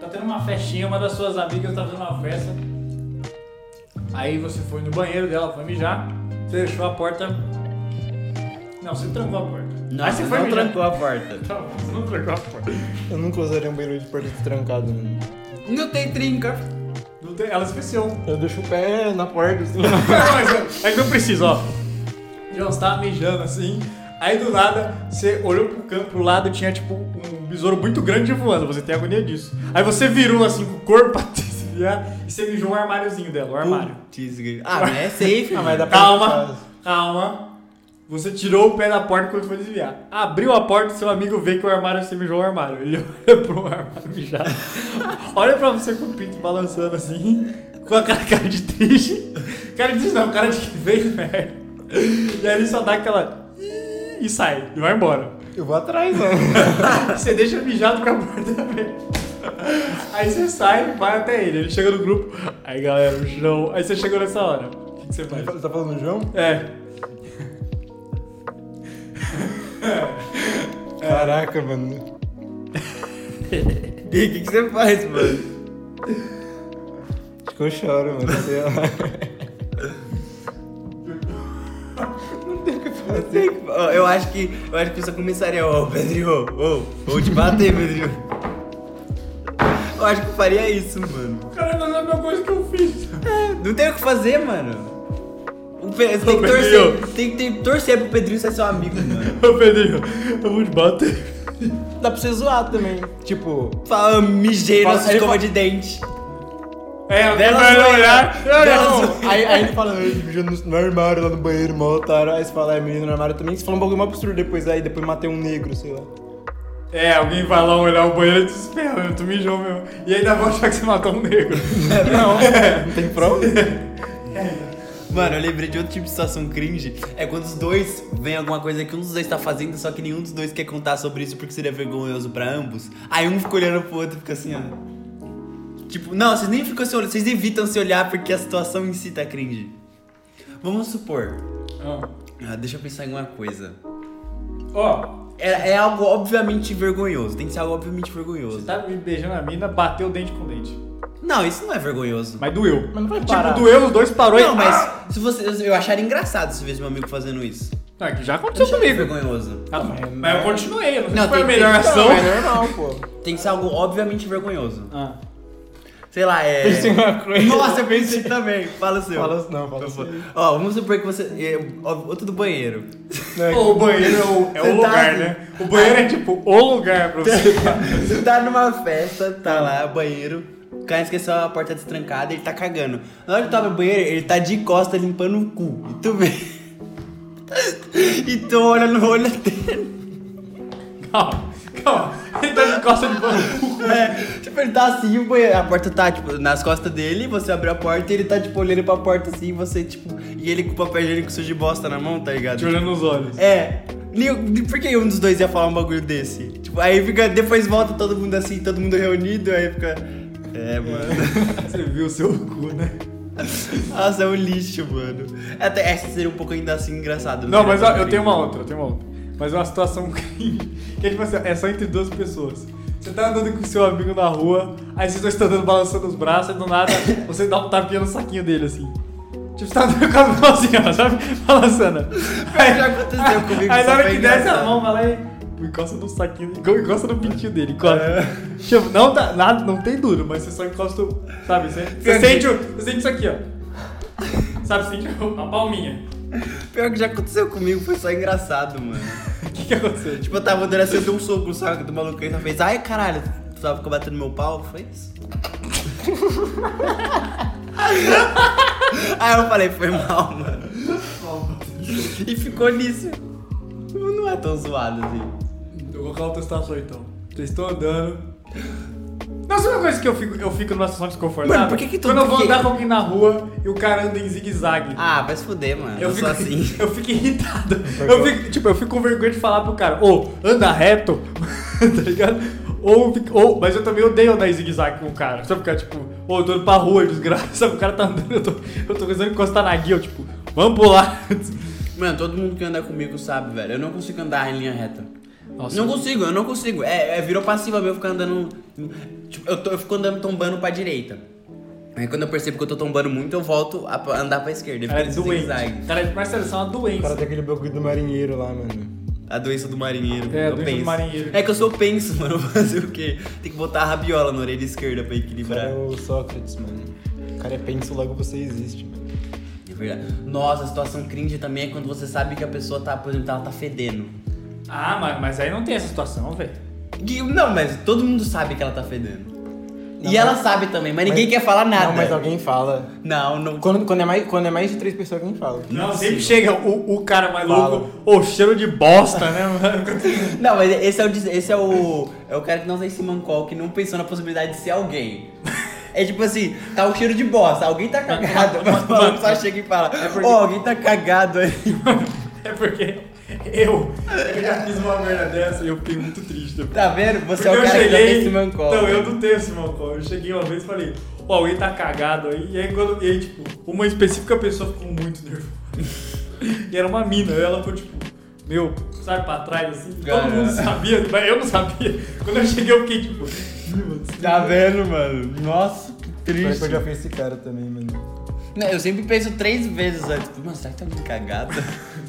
Speaker 5: Tá tendo uma festinha, uma das suas amigas tá fazendo uma festa. Aí você foi no banheiro dela, foi mijar. Você deixou a porta. Não, você trancou a porta.
Speaker 4: Ah,
Speaker 5: Aí você foi
Speaker 2: não
Speaker 5: mijar.
Speaker 2: trancou a porta.
Speaker 5: Não, você não trancou a porta.
Speaker 4: Eu nunca usaria um banheiro de porta trancado, mano.
Speaker 2: Não tem trinca.
Speaker 5: Não tem- ela esqueceu.
Speaker 4: Eu deixo o pé na porta, assim.
Speaker 5: Não, mas, mas É não precisa, ó. João, você tava mijando assim. Aí do nada, você olhou pro canto, pro lado, tinha tipo um besouro muito grande voando. Você tem agonia disso. Aí você virou assim com o corpo pra desviar e você mijou um armáriozinho dela, o armário.
Speaker 2: Putz, grilo. Ah, mas é safe.
Speaker 4: Ah, mas dá pra
Speaker 5: Calma, calma. Você tirou o pé da porta quando foi desviar. Abriu a porta e seu amigo vê que o armário você mijou o armário. Ele olha pro armário mijado. Olha pra você com o pinto balançando assim, com a cara, cara de triste. Cara de triste não, cara de que veio merda. E aí ele só dá aquela. "Ih", E sai, e vai embora.
Speaker 4: Eu vou atrás, mano.
Speaker 5: Você deixa mijado com a porta aberta. Aí você sai e vai até ele. Ele chega no grupo. Aí galera, o João. Aí você chegou nessa hora. O que que você faz?
Speaker 4: Você tá falando do João?
Speaker 5: É.
Speaker 4: É. Caraca, mano.
Speaker 2: E o que, que você faz, mano?
Speaker 4: Acho que eu choro, mano. Sei lá.
Speaker 2: Ó, Eu acho que eu acho que eu só começaria, ô Pedrinho, ô, vou te bater, Pedrinho. Eu acho que eu faria isso, mano.
Speaker 5: Cara, não é a mesma coisa que eu fiz.
Speaker 2: Não tem o que fazer, mano. O Pe- Você tem que
Speaker 5: Pedrinho.
Speaker 2: torcer, tem que tem- torcer pro Pedrinho ser seu amigo, mano.
Speaker 5: Ô Pedrinho, eu vou te bater.
Speaker 4: Dá pra você zoar também. Tipo,
Speaker 2: Fala, mijei na
Speaker 4: Fala-
Speaker 2: sua
Speaker 4: ele
Speaker 2: escova
Speaker 4: fala-
Speaker 2: de dente.
Speaker 5: É, eu
Speaker 2: Dela
Speaker 5: quero
Speaker 2: zoeira.
Speaker 5: olhar.
Speaker 2: Dela
Speaker 5: Não,
Speaker 2: zoeira.
Speaker 5: não.
Speaker 4: Aí, aí ele fala, "Ai, mijou no, no armário, lá no banheiro, mó otário. Aí você fala, é menino no armário também. Você fala um bagulho mó absurdo depois, aí depois matei um negro, sei lá.
Speaker 5: É, alguém vai lá olhar o banheiro e desespera, eu tô mijou meu. E ainda vão achar que você matou um negro.
Speaker 4: Não, não tem prova.
Speaker 2: Mano, eu lembrei de outro tipo de situação cringe. É quando os dois vem alguma coisa que um dos dois tá fazendo, só que nenhum dos dois quer contar sobre isso porque seria vergonhoso pra ambos. Aí um fica olhando pro outro e fica assim, ó. Tipo, não, vocês nem ficam se olhando, vocês evitam se olhar porque a situação em si tá cringe. Vamos supor. Ah, deixa eu pensar em uma coisa.
Speaker 5: Ó,
Speaker 2: É, é algo obviamente vergonhoso, tem que ser algo obviamente
Speaker 5: você
Speaker 2: vergonhoso.
Speaker 5: tá me beijando a mina, bateu o dente com o dente.
Speaker 2: Não, isso não é vergonhoso.
Speaker 5: Mas doeu. Mas
Speaker 4: não vai
Speaker 5: tipo,
Speaker 4: parar.
Speaker 5: doeu, os dois parou
Speaker 2: Não,
Speaker 5: e. Ah!
Speaker 2: mas se você, eu acharia engraçado se visse meu amigo fazendo isso.
Speaker 5: Não, é que já
Speaker 2: Eu
Speaker 5: aconteceu
Speaker 2: acharia
Speaker 5: comigo.
Speaker 2: vergonhoso.
Speaker 5: Ah, mas, mas eu continuei, eu não sei
Speaker 2: Não,
Speaker 5: se foi a
Speaker 2: tem-
Speaker 5: melhor
Speaker 2: tem-
Speaker 5: ação.
Speaker 4: Não, é normal, pô.
Speaker 2: Tem que ser algo obviamente vergonhoso.
Speaker 5: Ah.
Speaker 2: Sei lá, é.
Speaker 4: Pensei em uma coisa.
Speaker 2: Nossa, eu pensei também. Fala o seu.
Speaker 4: Fala assim, não, fala assim.
Speaker 2: Ó, vamos supor que você. é, ó, Outro do banheiro.
Speaker 4: Não,
Speaker 5: Pô, o banheiro é o, é o
Speaker 2: Você tá
Speaker 5: lugar,
Speaker 2: assim.
Speaker 5: né? O banheiro é tipo o lugar pra você.
Speaker 2: Você tá numa festa, tá lá, banheiro. O cara esqueceu a porta destrancada, ele tá cagando. Na hora que tu abre o banheiro, ele tá de costa limpando o cu. E tu vê. E tu olha no olho dele.
Speaker 5: Calma, calma. Ele tá de costa de banco.
Speaker 2: É, tipo, ele tá assim, o banheiro, a porta tá, tipo, nas costas dele, você abre a porta e ele tá, tipo, olhando pra porta assim, e você, tipo, e ele com o papel higiênico sujo de bosta na mão, tá ligado?
Speaker 5: Te olhando nos olhos.
Speaker 2: É. nem- Por que um dos dois ia falar um bagulho desse? Tipo, aí fica. Depois volta todo mundo assim, todo mundo reunido, aí fica. É, mano.
Speaker 5: Você viu o seu cu, né?
Speaker 2: Nossa, é um lixo, mano. É Até essa seria um pouco ainda assim engraçado.
Speaker 5: Não,
Speaker 2: seria
Speaker 5: mas ó,
Speaker 2: tão
Speaker 5: eu tenho uma
Speaker 2: incrível.
Speaker 5: outra, eu tenho uma outra. mas é uma situação cringe. Que é tipo assim, é só entre duas pessoas. Você tá andando com seu amigo na rua, aí vocês dois estão andando balançando os braços, e do nada você dá um tapinha no saquinho dele, assim. Tipo, você tá andando com a mão assim, ó, sabe? Balançando.
Speaker 2: Já aconteceu comigo,
Speaker 5: Aí
Speaker 2: só
Speaker 5: na hora
Speaker 2: foi
Speaker 5: que desce a
Speaker 2: engraçado.
Speaker 5: mão, vai lá e encosta no saquinho, enco- encosta no pintinho dele, encosta. Tipo, não, tá, nada, não tem duro, mas você só encosta, o- sabe? Você, você,
Speaker 2: Entendi.
Speaker 5: sente, o- você sente isso aqui, ó. Sabe, você sente a palminha.
Speaker 2: Pior que já aconteceu comigo, foi só engraçado, mano.
Speaker 5: O que que aconteceu?
Speaker 2: Tipo, eu tava andando assim, eu dei um soco no saco do maluco aí, só fez, ai caralho, tu tava ficando batendo meu pau? Foi isso. aí eu falei, foi mal, mano. e ficou nisso. Não é tão zoado assim.
Speaker 5: Eu vou colocar outra situação então. Vocês estão andando. Não, sabe uma coisa que eu fico, eu fico numa situação desconfortável?
Speaker 2: Mano, por que que tu-
Speaker 5: Quando eu vou
Speaker 2: por que-
Speaker 5: andar com alguém na rua e o cara anda em zigue-zague.
Speaker 2: Ah, vai se fuder, mano. Eu, sou assim.
Speaker 5: eu fico irritado. Eu fico, tipo, eu fico com vergonha de falar pro cara, ô, anda reto, tá ligado? Ou, fico- ou, mas eu também odeio andar em zigue-zague com o cara. Sabe ficar, tipo, ô, eu tô indo pra rua, desgraça. Sabe, o cara tá andando, eu tô, eu tô precisando encostar na guia, eu, tipo, vamos pular.
Speaker 2: Mano, todo mundo que anda comigo sabe, velho. Eu não consigo andar em linha reta.
Speaker 5: Nossa.
Speaker 2: não consigo, eu não consigo. É, é, virou passiva meu ficar andando. Tipo, eu, tô, eu fico andando tombando pra direita. Aí quando eu percebo que eu tô tombando muito, eu volto a p- andar pra esquerda.
Speaker 5: Cara, é
Speaker 2: fica
Speaker 5: doente.
Speaker 2: zigue-zague.
Speaker 5: Cara, Marcelo, isso é uma
Speaker 4: O cara
Speaker 5: doença.
Speaker 4: daquele assim, bagulho do marinheiro lá, mano.
Speaker 2: A doença do marinheiro.
Speaker 5: É, a
Speaker 2: eu
Speaker 5: doença do
Speaker 2: penso.
Speaker 5: marinheiro.
Speaker 2: É que eu sou penso, mano. Fazer o quê? Tem que botar a rabiola na orelha esquerda pra
Speaker 4: O cara
Speaker 2: equilibrar.
Speaker 4: é o Sócrates, mano. O cara é penso, logo você existe, mano.
Speaker 2: É verdade. Nossa, a situação cringe também é quando você sabe que a pessoa tá, por exemplo, ela tá fedendo.
Speaker 5: Ah, mas, mas aí não tem essa situação, velho.
Speaker 2: E- Não, mas todo mundo sabe que ela tá fedendo.
Speaker 4: Não,
Speaker 2: e ela
Speaker 4: mas-
Speaker 2: sabe também, mas
Speaker 4: mas-
Speaker 2: ninguém quer falar nada.
Speaker 4: Não, mas alguém fala.
Speaker 2: Não, não.
Speaker 4: Quando, quando, é mais, quando é mais de três pessoas, alguém fala.
Speaker 5: Não, é sempre chega o, o cara mais
Speaker 4: Fala.
Speaker 5: louco, ô, cheiro de bosta, né, mano?
Speaker 2: Não, mas esse é o. des- Esse é o. É o cara que não tá em Simancol, que não pensou na possibilidade de ser alguém. É tipo assim, tá o cheiro de bosta, alguém tá cagado, mas o maluco só chega e fala,
Speaker 4: É
Speaker 2: ó, alguém tá cagado aí.
Speaker 5: É porque eu, eu já fiz uma merda dessa e eu fiquei muito triste. depois.
Speaker 2: Tá vendo? Você
Speaker 5: Porque
Speaker 2: é o
Speaker 5: eu
Speaker 2: cara que não tem
Speaker 5: cheguei.
Speaker 2: Simancol.
Speaker 4: Então,
Speaker 5: Não, eu não tenho esse mancol. Eu cheguei uma vez e falei, ó, alguém tá cagado aí. E aí, quando, e aí, tipo, uma específica pessoa ficou muito nervosa. E era uma mina. E ela foi tipo, meu, sabe pra trás assim? Todo
Speaker 2: Cara.
Speaker 5: mundo sabia, mas eu não sabia. Quando eu cheguei, eu fiquei tipo, mano,
Speaker 2: Tá vendo, mano? Nossa, que
Speaker 4: Pior que
Speaker 2: triste.
Speaker 4: eu já fiz esse cara também, mano.
Speaker 2: Não, eu sempre penso três vezes antes. Mano, será que tá muito cagado?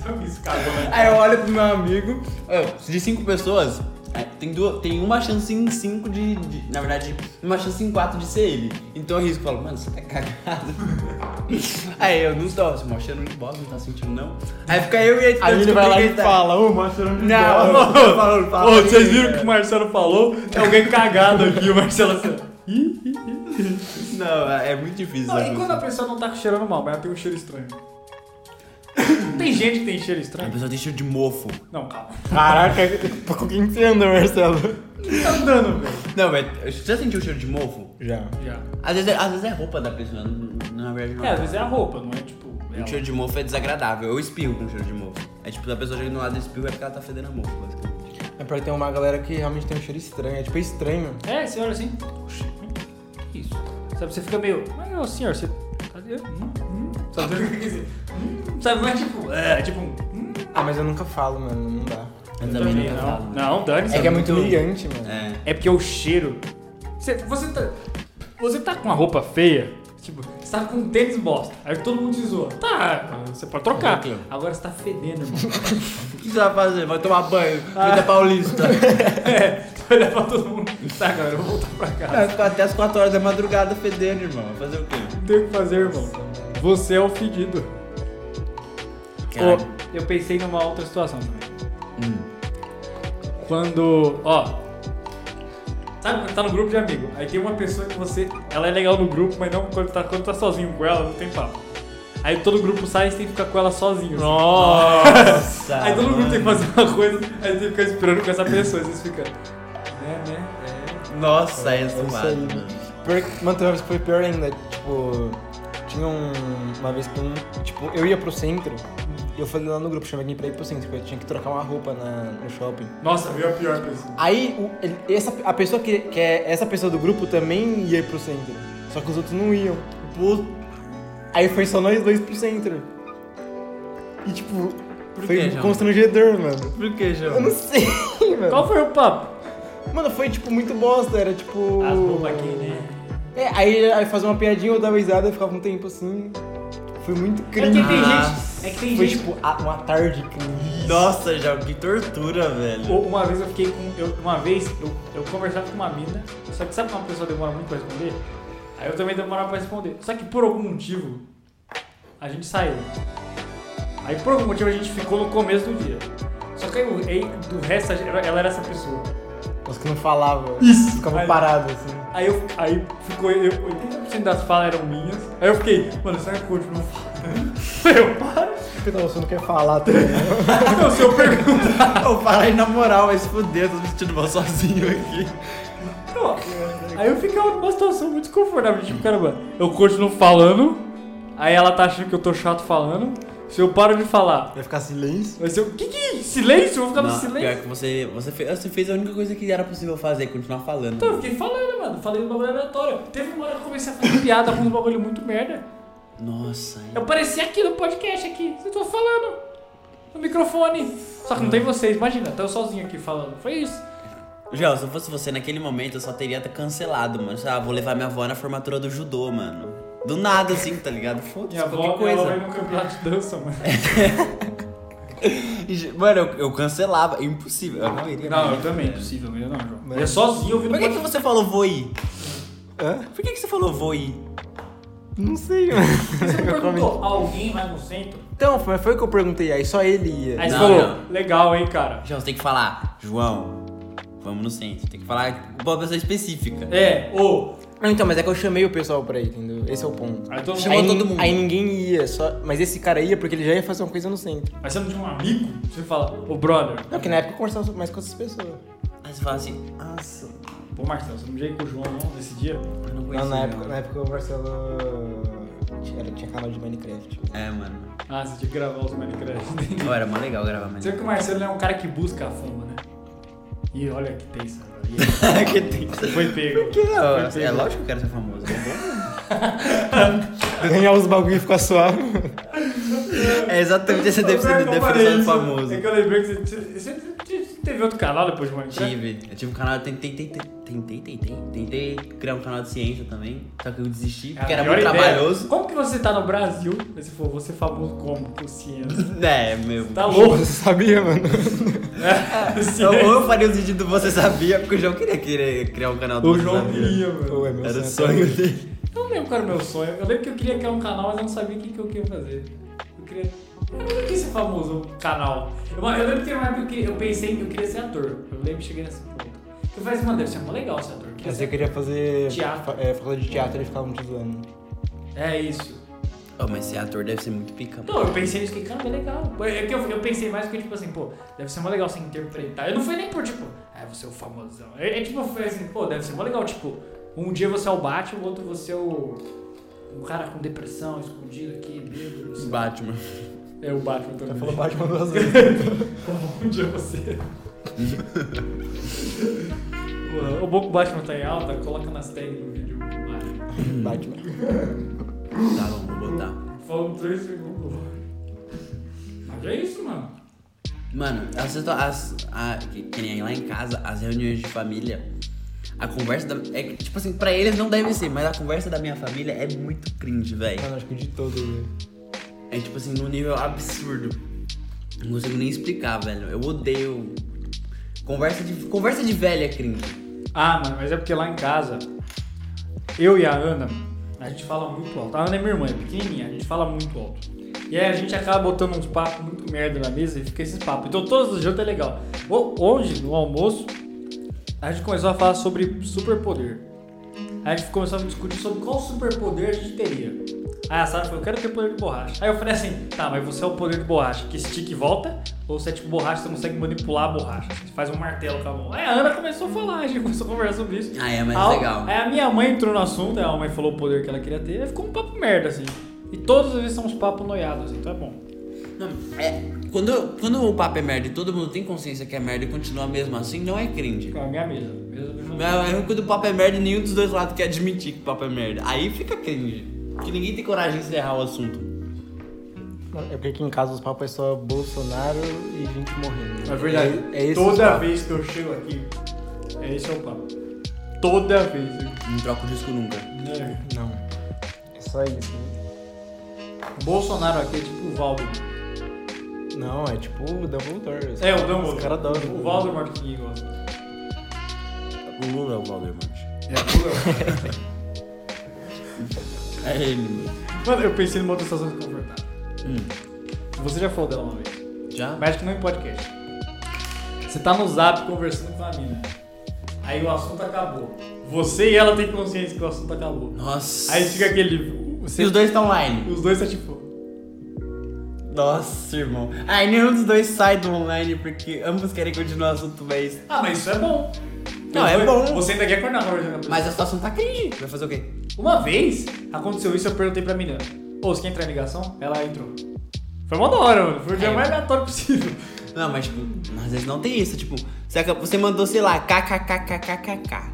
Speaker 5: sabe isso, cagou, né?
Speaker 2: Aí eu olho pro meu amigo, ó, de cinco pessoas, é, tem, duas, tem uma chance em cinco de, de- Na verdade, uma chance em quatro de ser ele. Então eu risco e falo, mano, você tá cagado. aí eu não estou, você mó cheiro de bosta, não tá sentindo não. Aí fica eu e ele
Speaker 4: Aí ele vai lá e
Speaker 2: tá-
Speaker 4: fala, ô, mostra onde
Speaker 2: Não,
Speaker 4: mora.
Speaker 2: não, não fala, não fala.
Speaker 5: Ô, vocês viram o que o Marcelo falou? É alguém cagado aqui, o Marcelo assim. ó. Ih, ih, ih.
Speaker 2: Não, é é muito difícil.
Speaker 5: Não,
Speaker 2: né,
Speaker 5: e quando a pessoa não tá cheirando mal, mas ela tem um cheiro estranho? tem gente que tem cheiro
Speaker 2: A
Speaker 5: estranho?
Speaker 2: pessoa tem cheiro de mofo.
Speaker 5: Não, calma.
Speaker 4: Caraca, com quem você anda, Marcelo?
Speaker 5: Tá andando, velho.
Speaker 2: Não, mas você já sentiu o cheiro de mofo?
Speaker 4: Já.
Speaker 5: Já.
Speaker 2: Às vezes, é- às vezes é roupa da pessoa, não- não- na verdade não
Speaker 5: É, às vezes é a roupa, não é tipo.
Speaker 2: O cheiro de mofo é desagradável. Eu espirro com cheiro de mofo. É tipo, da pessoa chega do lado e espirro é porque ela tá fedendo a mofo, basicamente.
Speaker 4: É pra ter uma galera que realmente tem um cheiro estranho. É tipo estranho.
Speaker 5: É, você olha assim. Oxi, que isso? Sabe, você fica meio. Mas ô senhor, você. Cadê? Hum, hum. Sabe, você fica assim. Hum, sabe, não é tipo. É, é tipo. um, Hum,
Speaker 4: Ah, mas eu nunca falo, mano. Não dá.
Speaker 2: Eu também nunca
Speaker 5: não.
Speaker 2: falo.
Speaker 5: Não, dane-se.
Speaker 4: É que é muito
Speaker 2: muito-
Speaker 4: humilhante, mano.
Speaker 2: É.
Speaker 5: É porque o cheiro. Você, você tá. Você tá com uma roupa feia. Tipo, você tá com um tênis bosta. Aí todo mundo te zoa. Tá, você pode trocar.
Speaker 2: Ok.
Speaker 5: Agora você tá fedendo, irmão.
Speaker 2: O que você vai fazer? Vai tomar banho.
Speaker 5: Ah.
Speaker 2: Vida paulista.
Speaker 5: é, você vai levar todo mundo. Tá, galera, eu vou voltar pra casa.
Speaker 2: Vai ficar até as 4 horas da madrugada fedendo, irmão. Vai fazer o quê?
Speaker 5: Não tem o que fazer, irmão. Você é o fedido.
Speaker 2: Cara,
Speaker 5: Ô, eu pensei numa outra situação também. Quando. Ó. Sabe, quando tá no grupo de amigo. Aí tem uma pessoa que você. Ela é legal no grupo, mas não quando tá, quando tá sozinho com ela, não tem papo. Aí todo grupo sai e você tem que ficar com ela sozinho. assim.
Speaker 2: Nossa!
Speaker 5: aí todo mundo tem que
Speaker 2: mano.
Speaker 5: fazer uma coisa, aí você tem que ficar esperando com essa pessoa. Aí você fica. Né, né? É.
Speaker 2: Nossa, é
Speaker 4: É isso
Speaker 2: zoado,
Speaker 4: aí,
Speaker 2: mano.
Speaker 4: Pior, que- mano, tem uma vez que foi pior ainda. Tipo, tinha um, uma vez que um. Tipo, eu ia pro centro e eu falei lá no grupo, chamei alguém pra ir pro centro, porque eu tinha que trocar uma roupa na- no shopping.
Speaker 5: Nossa, veio a pior pessoa.
Speaker 4: Aí o- ele- essa, a pessoa que, que é essa pessoa do grupo também ia pro centro. Só que os outros não iam. Aí foi só nós dois pro centro. E tipo,
Speaker 2: Por
Speaker 4: Foi
Speaker 2: quê, João?
Speaker 4: constrangedor, mano.
Speaker 2: Por que, João?
Speaker 4: Eu não sei, mano.
Speaker 5: Qual foi o papo?
Speaker 4: Mano, foi tipo muito bosta, era tipo.
Speaker 5: As bombas aqui, né?
Speaker 4: É, aí, aí fazia uma piadinha, eu dava risada, eu ficava um tempo assim. Foi muito
Speaker 5: É que
Speaker 4: cringe.
Speaker 5: tem gente.
Speaker 2: Nossa.
Speaker 5: É que tem
Speaker 4: Foi
Speaker 5: gente.
Speaker 4: tipo a- uma tarde cringe.
Speaker 2: Nossa, João, que tortura, velho.
Speaker 5: Ou Uma vez eu fiquei com. eu- uma vez eu, eu conversava com uma mina, só que sabe que uma pessoa demora muito pra responder? Aí eu também demorava pra responder. Só que por algum motivo, a gente saiu. Aí por algum motivo a gente ficou no começo do dia. Só que aí, o- aí, do resto a gente- ela era essa pessoa.
Speaker 4: Os que não falavam.
Speaker 5: Isso.
Speaker 4: Ficavam
Speaker 5: Aí-
Speaker 4: parados assim.
Speaker 5: Aí, eu, aí ficou. Eu, 80% das falas eram minhas. Aí eu fiquei, mano, será que eu continuo falando? Eu paro.
Speaker 4: Porque não, você não quer é falar também. né?
Speaker 5: Não, se eu pergunto.
Speaker 2: Ô, para aí na moral, vai se fuder, tô me sentindo mal sozinho aqui.
Speaker 5: Não, Aí eu ficava numa situação muito desconfortável, tipo, caramba, eu continuo falando, aí ela tá achando que eu tô chato falando, se eu paro de falar,
Speaker 4: Vai ficar silêncio?
Speaker 5: vai ser o que que é isso? silêncio? Eu vou ficar no
Speaker 2: Não, pior
Speaker 5: silêncio?
Speaker 2: que você, você, fez, você fez a única coisa que era possível fazer, continuar falando.
Speaker 5: Então eu fiquei falando, mano, falei um bagulho aleatório. Teve uma hora que eu comecei a fazer piada com um bagulho muito merda.
Speaker 2: Nossa, hein?
Speaker 5: Eu parecia aqui no podcast aqui, eu tô falando, no microfone. Só que não tem vocês, imagina, tô eu sozinho aqui falando, foi isso.
Speaker 2: João, se eu fosse você naquele momento, eu só teria cancelado, mano. Ah, vou levar minha avó na formatura do judô, mano. Do nada, assim, tá ligado?
Speaker 5: Minha
Speaker 2: Foda-se,
Speaker 5: avó,
Speaker 2: qualquer
Speaker 5: minha avó vai
Speaker 2: coisa.
Speaker 5: no campeonato de dança, mano.
Speaker 2: Mano, eu, eu cancelava. é Impossível. Eu não iria.
Speaker 5: Não,
Speaker 2: mano.
Speaker 5: eu também, impossível, eu não, João. Eu sozinho ouvindo
Speaker 2: Por que, que você falou vou ir?
Speaker 4: Hã?
Speaker 2: Por que, que você falou vou ir?
Speaker 4: Não sei, mano.
Speaker 5: Você não perguntou, alguém vai no centro?
Speaker 4: Então, foi, foi o que eu perguntei, aí só ele ia.
Speaker 5: Aí você
Speaker 2: Não,
Speaker 5: falou,
Speaker 2: não.
Speaker 5: legal, hein, cara.
Speaker 2: João, você tem que falar, João, vamos no centro. Tem que falar com uma pessoa específica.
Speaker 5: É, ô.
Speaker 4: Não, então, mas é que eu chamei o pessoal pra ir, entendeu? Esse é o ponto.
Speaker 5: Aí todo mundo.
Speaker 2: Chamou
Speaker 4: aí,
Speaker 2: todo
Speaker 4: nin-
Speaker 2: mundo.
Speaker 4: aí ninguém ia, só... mas esse cara ia porque ele já ia fazer uma coisa no centro.
Speaker 5: Aí você não tinha um amigo? Você fala, ô brother.
Speaker 4: Não, que na época eu conversava mais com essas pessoas.
Speaker 2: Aí você fala assim, nossa,
Speaker 5: Pô, Marcelo, você não veio com o João não nesse dia?
Speaker 2: eu não
Speaker 4: Não,
Speaker 2: conheço
Speaker 4: na
Speaker 5: é.
Speaker 2: o
Speaker 4: época,
Speaker 2: João.
Speaker 4: na época o Marcelo tinha, ele tinha canal de Minecraft.
Speaker 2: É, mano.
Speaker 5: Ah, você tinha que gravar os Minecraft dele.
Speaker 2: Pô, era mó legal gravar, mano.
Speaker 5: Você vê que o Marcelo é um cara que busca a fama, né? E olha que tem isso. agora.
Speaker 2: que tem.
Speaker 5: E Foi pego.
Speaker 2: Que não,
Speaker 5: Foi pego.
Speaker 2: é lógico que eu quero ser famoso. é bom.
Speaker 4: Ganhar os bagulho e ficar suave.
Speaker 2: É exatamente essa definição do
Speaker 5: Eu comparei
Speaker 2: defensor
Speaker 5: isso.
Speaker 2: famoso.
Speaker 5: É que eu lembrei que você, você- você teve outro canal depois de Minecraft?
Speaker 2: Tive. Eu tive um canal, tentei, tentei, tentei, tentei, tentei criar um canal de ciência também, só que eu desisti, porque
Speaker 5: É a
Speaker 2: era
Speaker 5: melhor
Speaker 2: muito
Speaker 5: ideia.
Speaker 2: trabalhoso.
Speaker 5: Como que você tá no Brasil? Aí você falou, você é famoso como? Com ciência.
Speaker 2: É, meu.
Speaker 5: Tá louco?
Speaker 4: Você sabia, mano?
Speaker 2: Então, ou eu faria o vídeo do Você Sabia, porque o João queria querer criar um canal do
Speaker 5: O
Speaker 2: Você
Speaker 5: João
Speaker 2: Sabia.
Speaker 5: queria, mano.
Speaker 4: Ou é meu
Speaker 2: Era
Speaker 4: sonho
Speaker 2: o
Speaker 4: até
Speaker 2: sonho
Speaker 4: hoje.
Speaker 2: dele.
Speaker 5: Eu não lembro qual era o meu sonho. Eu lembro que eu queria criar um canal, mas eu não sabia o que, que eu queria fazer. Eu queria. Eu não quis ser famoso canal. Eu, eu lembro que teve uma época que eu pensei que eu queria ser ator. Eu lembro que cheguei nesse ponto. Eu falei assim, mano, deve ser mó legal ser ator. Eu queria
Speaker 4: Mas eu
Speaker 5: ser...
Speaker 4: queria fazer
Speaker 5: Teatro.
Speaker 4: fa- é, faculdade de teatro e ficava muito zoando.
Speaker 5: É isso.
Speaker 2: Ô, mas ser ator deve ser muito pica.
Speaker 5: Não, eu pensei nisso, que caramba, é legal. É que eu, eu pensei mais porque, tipo assim, pô, deve ser mó legal você interpretar. Eu não fui nem por, tipo, ah, você é o famosão. É, é tipo, eu fui assim, pô, deve ser mó legal, tipo, um dia você é o Batman, o outro você é o. Um cara com depressão, escondido aqui, bêbado. não sei.
Speaker 2: Batman.
Speaker 5: É o Batman também.
Speaker 4: Já falou Batman duas vezes.
Speaker 5: Bom dia você. Pô, o bom que o Batman tá em alta, coloca nas tags do vídeo. Batman.
Speaker 4: Batman.
Speaker 2: Tá bom, vou botar.
Speaker 5: Falando 3 segundos. Mas é isso, mano.
Speaker 2: Mano, eu assisto as. A, que, que nem lá em casa, as reuniões de família. A conversa da. É, que, tipo assim, pra eles não deve ser, mas a conversa da minha família é muito cringe, velho.
Speaker 4: Mano, acho que de todo. né? velho.
Speaker 2: É tipo assim, num nível absurdo. Não consigo nem explicar, velho. Eu odeio. Conversa de, conversa de velha, cringe.
Speaker 5: Ah, mano, mas é porque lá em casa, eu e a Ana, a gente fala muito alto. A Ana é minha irmã, é pequenininha, a gente fala muito alto. E aí a gente acaba botando uns papos muito merda na mesa e fica esses papos. Então todos os jantos é legal. Ho- Hoje, no almoço, a gente começou a falar sobre superpoder. Aí a gente começou a discutir sobre qual superpoder a gente teria. Aí a Sara falou, eu quero ter poder de borracha. Aí eu falei assim, tá, mas você é o poder de borracha que estica e volta? Ou você é tipo borracha, você consegue manipular a borracha? Você faz um martelo com a mão. Aí a Ana começou a falar, a gente começou a conversar sobre isso.
Speaker 2: Ah, é, mas
Speaker 5: Aí-
Speaker 2: legal.
Speaker 5: Aí a minha mãe entrou no assunto, aí a mãe falou o poder que ela queria ter, aí ficou um papo merda, assim. E todas as vezes são uns papos noiados, assim, então é bom.
Speaker 2: Não, é, quando, quando o papo é merda e todo mundo tem consciência que é merda e continua mesmo assim, não é cringe.
Speaker 5: É a minha mesa. mesa, mesa.
Speaker 2: Mas é quando o papo é merda e nenhum dos dois lados quer admitir que o papo é merda. Aí fica cringe. Porque ninguém tem coragem de encerrar o assunto.
Speaker 4: É porque aqui em casa os papos é só Bolsonaro e gente morrendo.
Speaker 5: É verdade.
Speaker 4: É, é esse os
Speaker 5: Toda
Speaker 4: papos.
Speaker 5: vez que eu chego aqui, é esse é o papo. Toda vez.
Speaker 2: Não troco o disco nunca.
Speaker 5: né?
Speaker 4: Não. É só isso.
Speaker 5: Bolsonaro aqui é tipo o Valdo.
Speaker 4: Não, é tipo o Dumbledore.
Speaker 5: É, o Dumbledore.
Speaker 4: Os caras adoram.
Speaker 5: O Valdemar que gosta.
Speaker 2: O Lula é o Valdemort.
Speaker 5: É, o Lula.
Speaker 2: É ele, mano.
Speaker 5: Mano, eu pensei numa outra situação desconfortável. Você já falou dela uma vez.
Speaker 2: Já?
Speaker 5: Mas acho que não em podcast. Você tá no zap conversando com a mina. Aí o assunto acabou. Você e ela têm consciência que o assunto acabou.
Speaker 2: Nossa.
Speaker 5: Aí fica aquele.
Speaker 2: Se
Speaker 5: Você,
Speaker 2: os dois estão online.
Speaker 5: os dois tá tipo.
Speaker 2: Nossa, irmão. Aí nenhum dos dois sai do online porque ambos querem continuar o assunto, mas.
Speaker 5: Ah, mas isso é bom.
Speaker 2: Não, é
Speaker 5: Você-
Speaker 2: bom.
Speaker 5: Você ainda quer acordar na hora de
Speaker 2: Mas a situação tá cringe. Vai fazer o quê?
Speaker 5: Uma vez aconteceu isso, eu perguntei pra menina. Ô, você quer entrar em ligação? Ela entrou. Foi uma da hora, mano. Foi o dia
Speaker 2: É.
Speaker 5: mais aleatório possível.
Speaker 2: Não, mas tipo, às vezes não tem isso. Tipo, você acaba- você mandou, sei lá, kkkkkkk.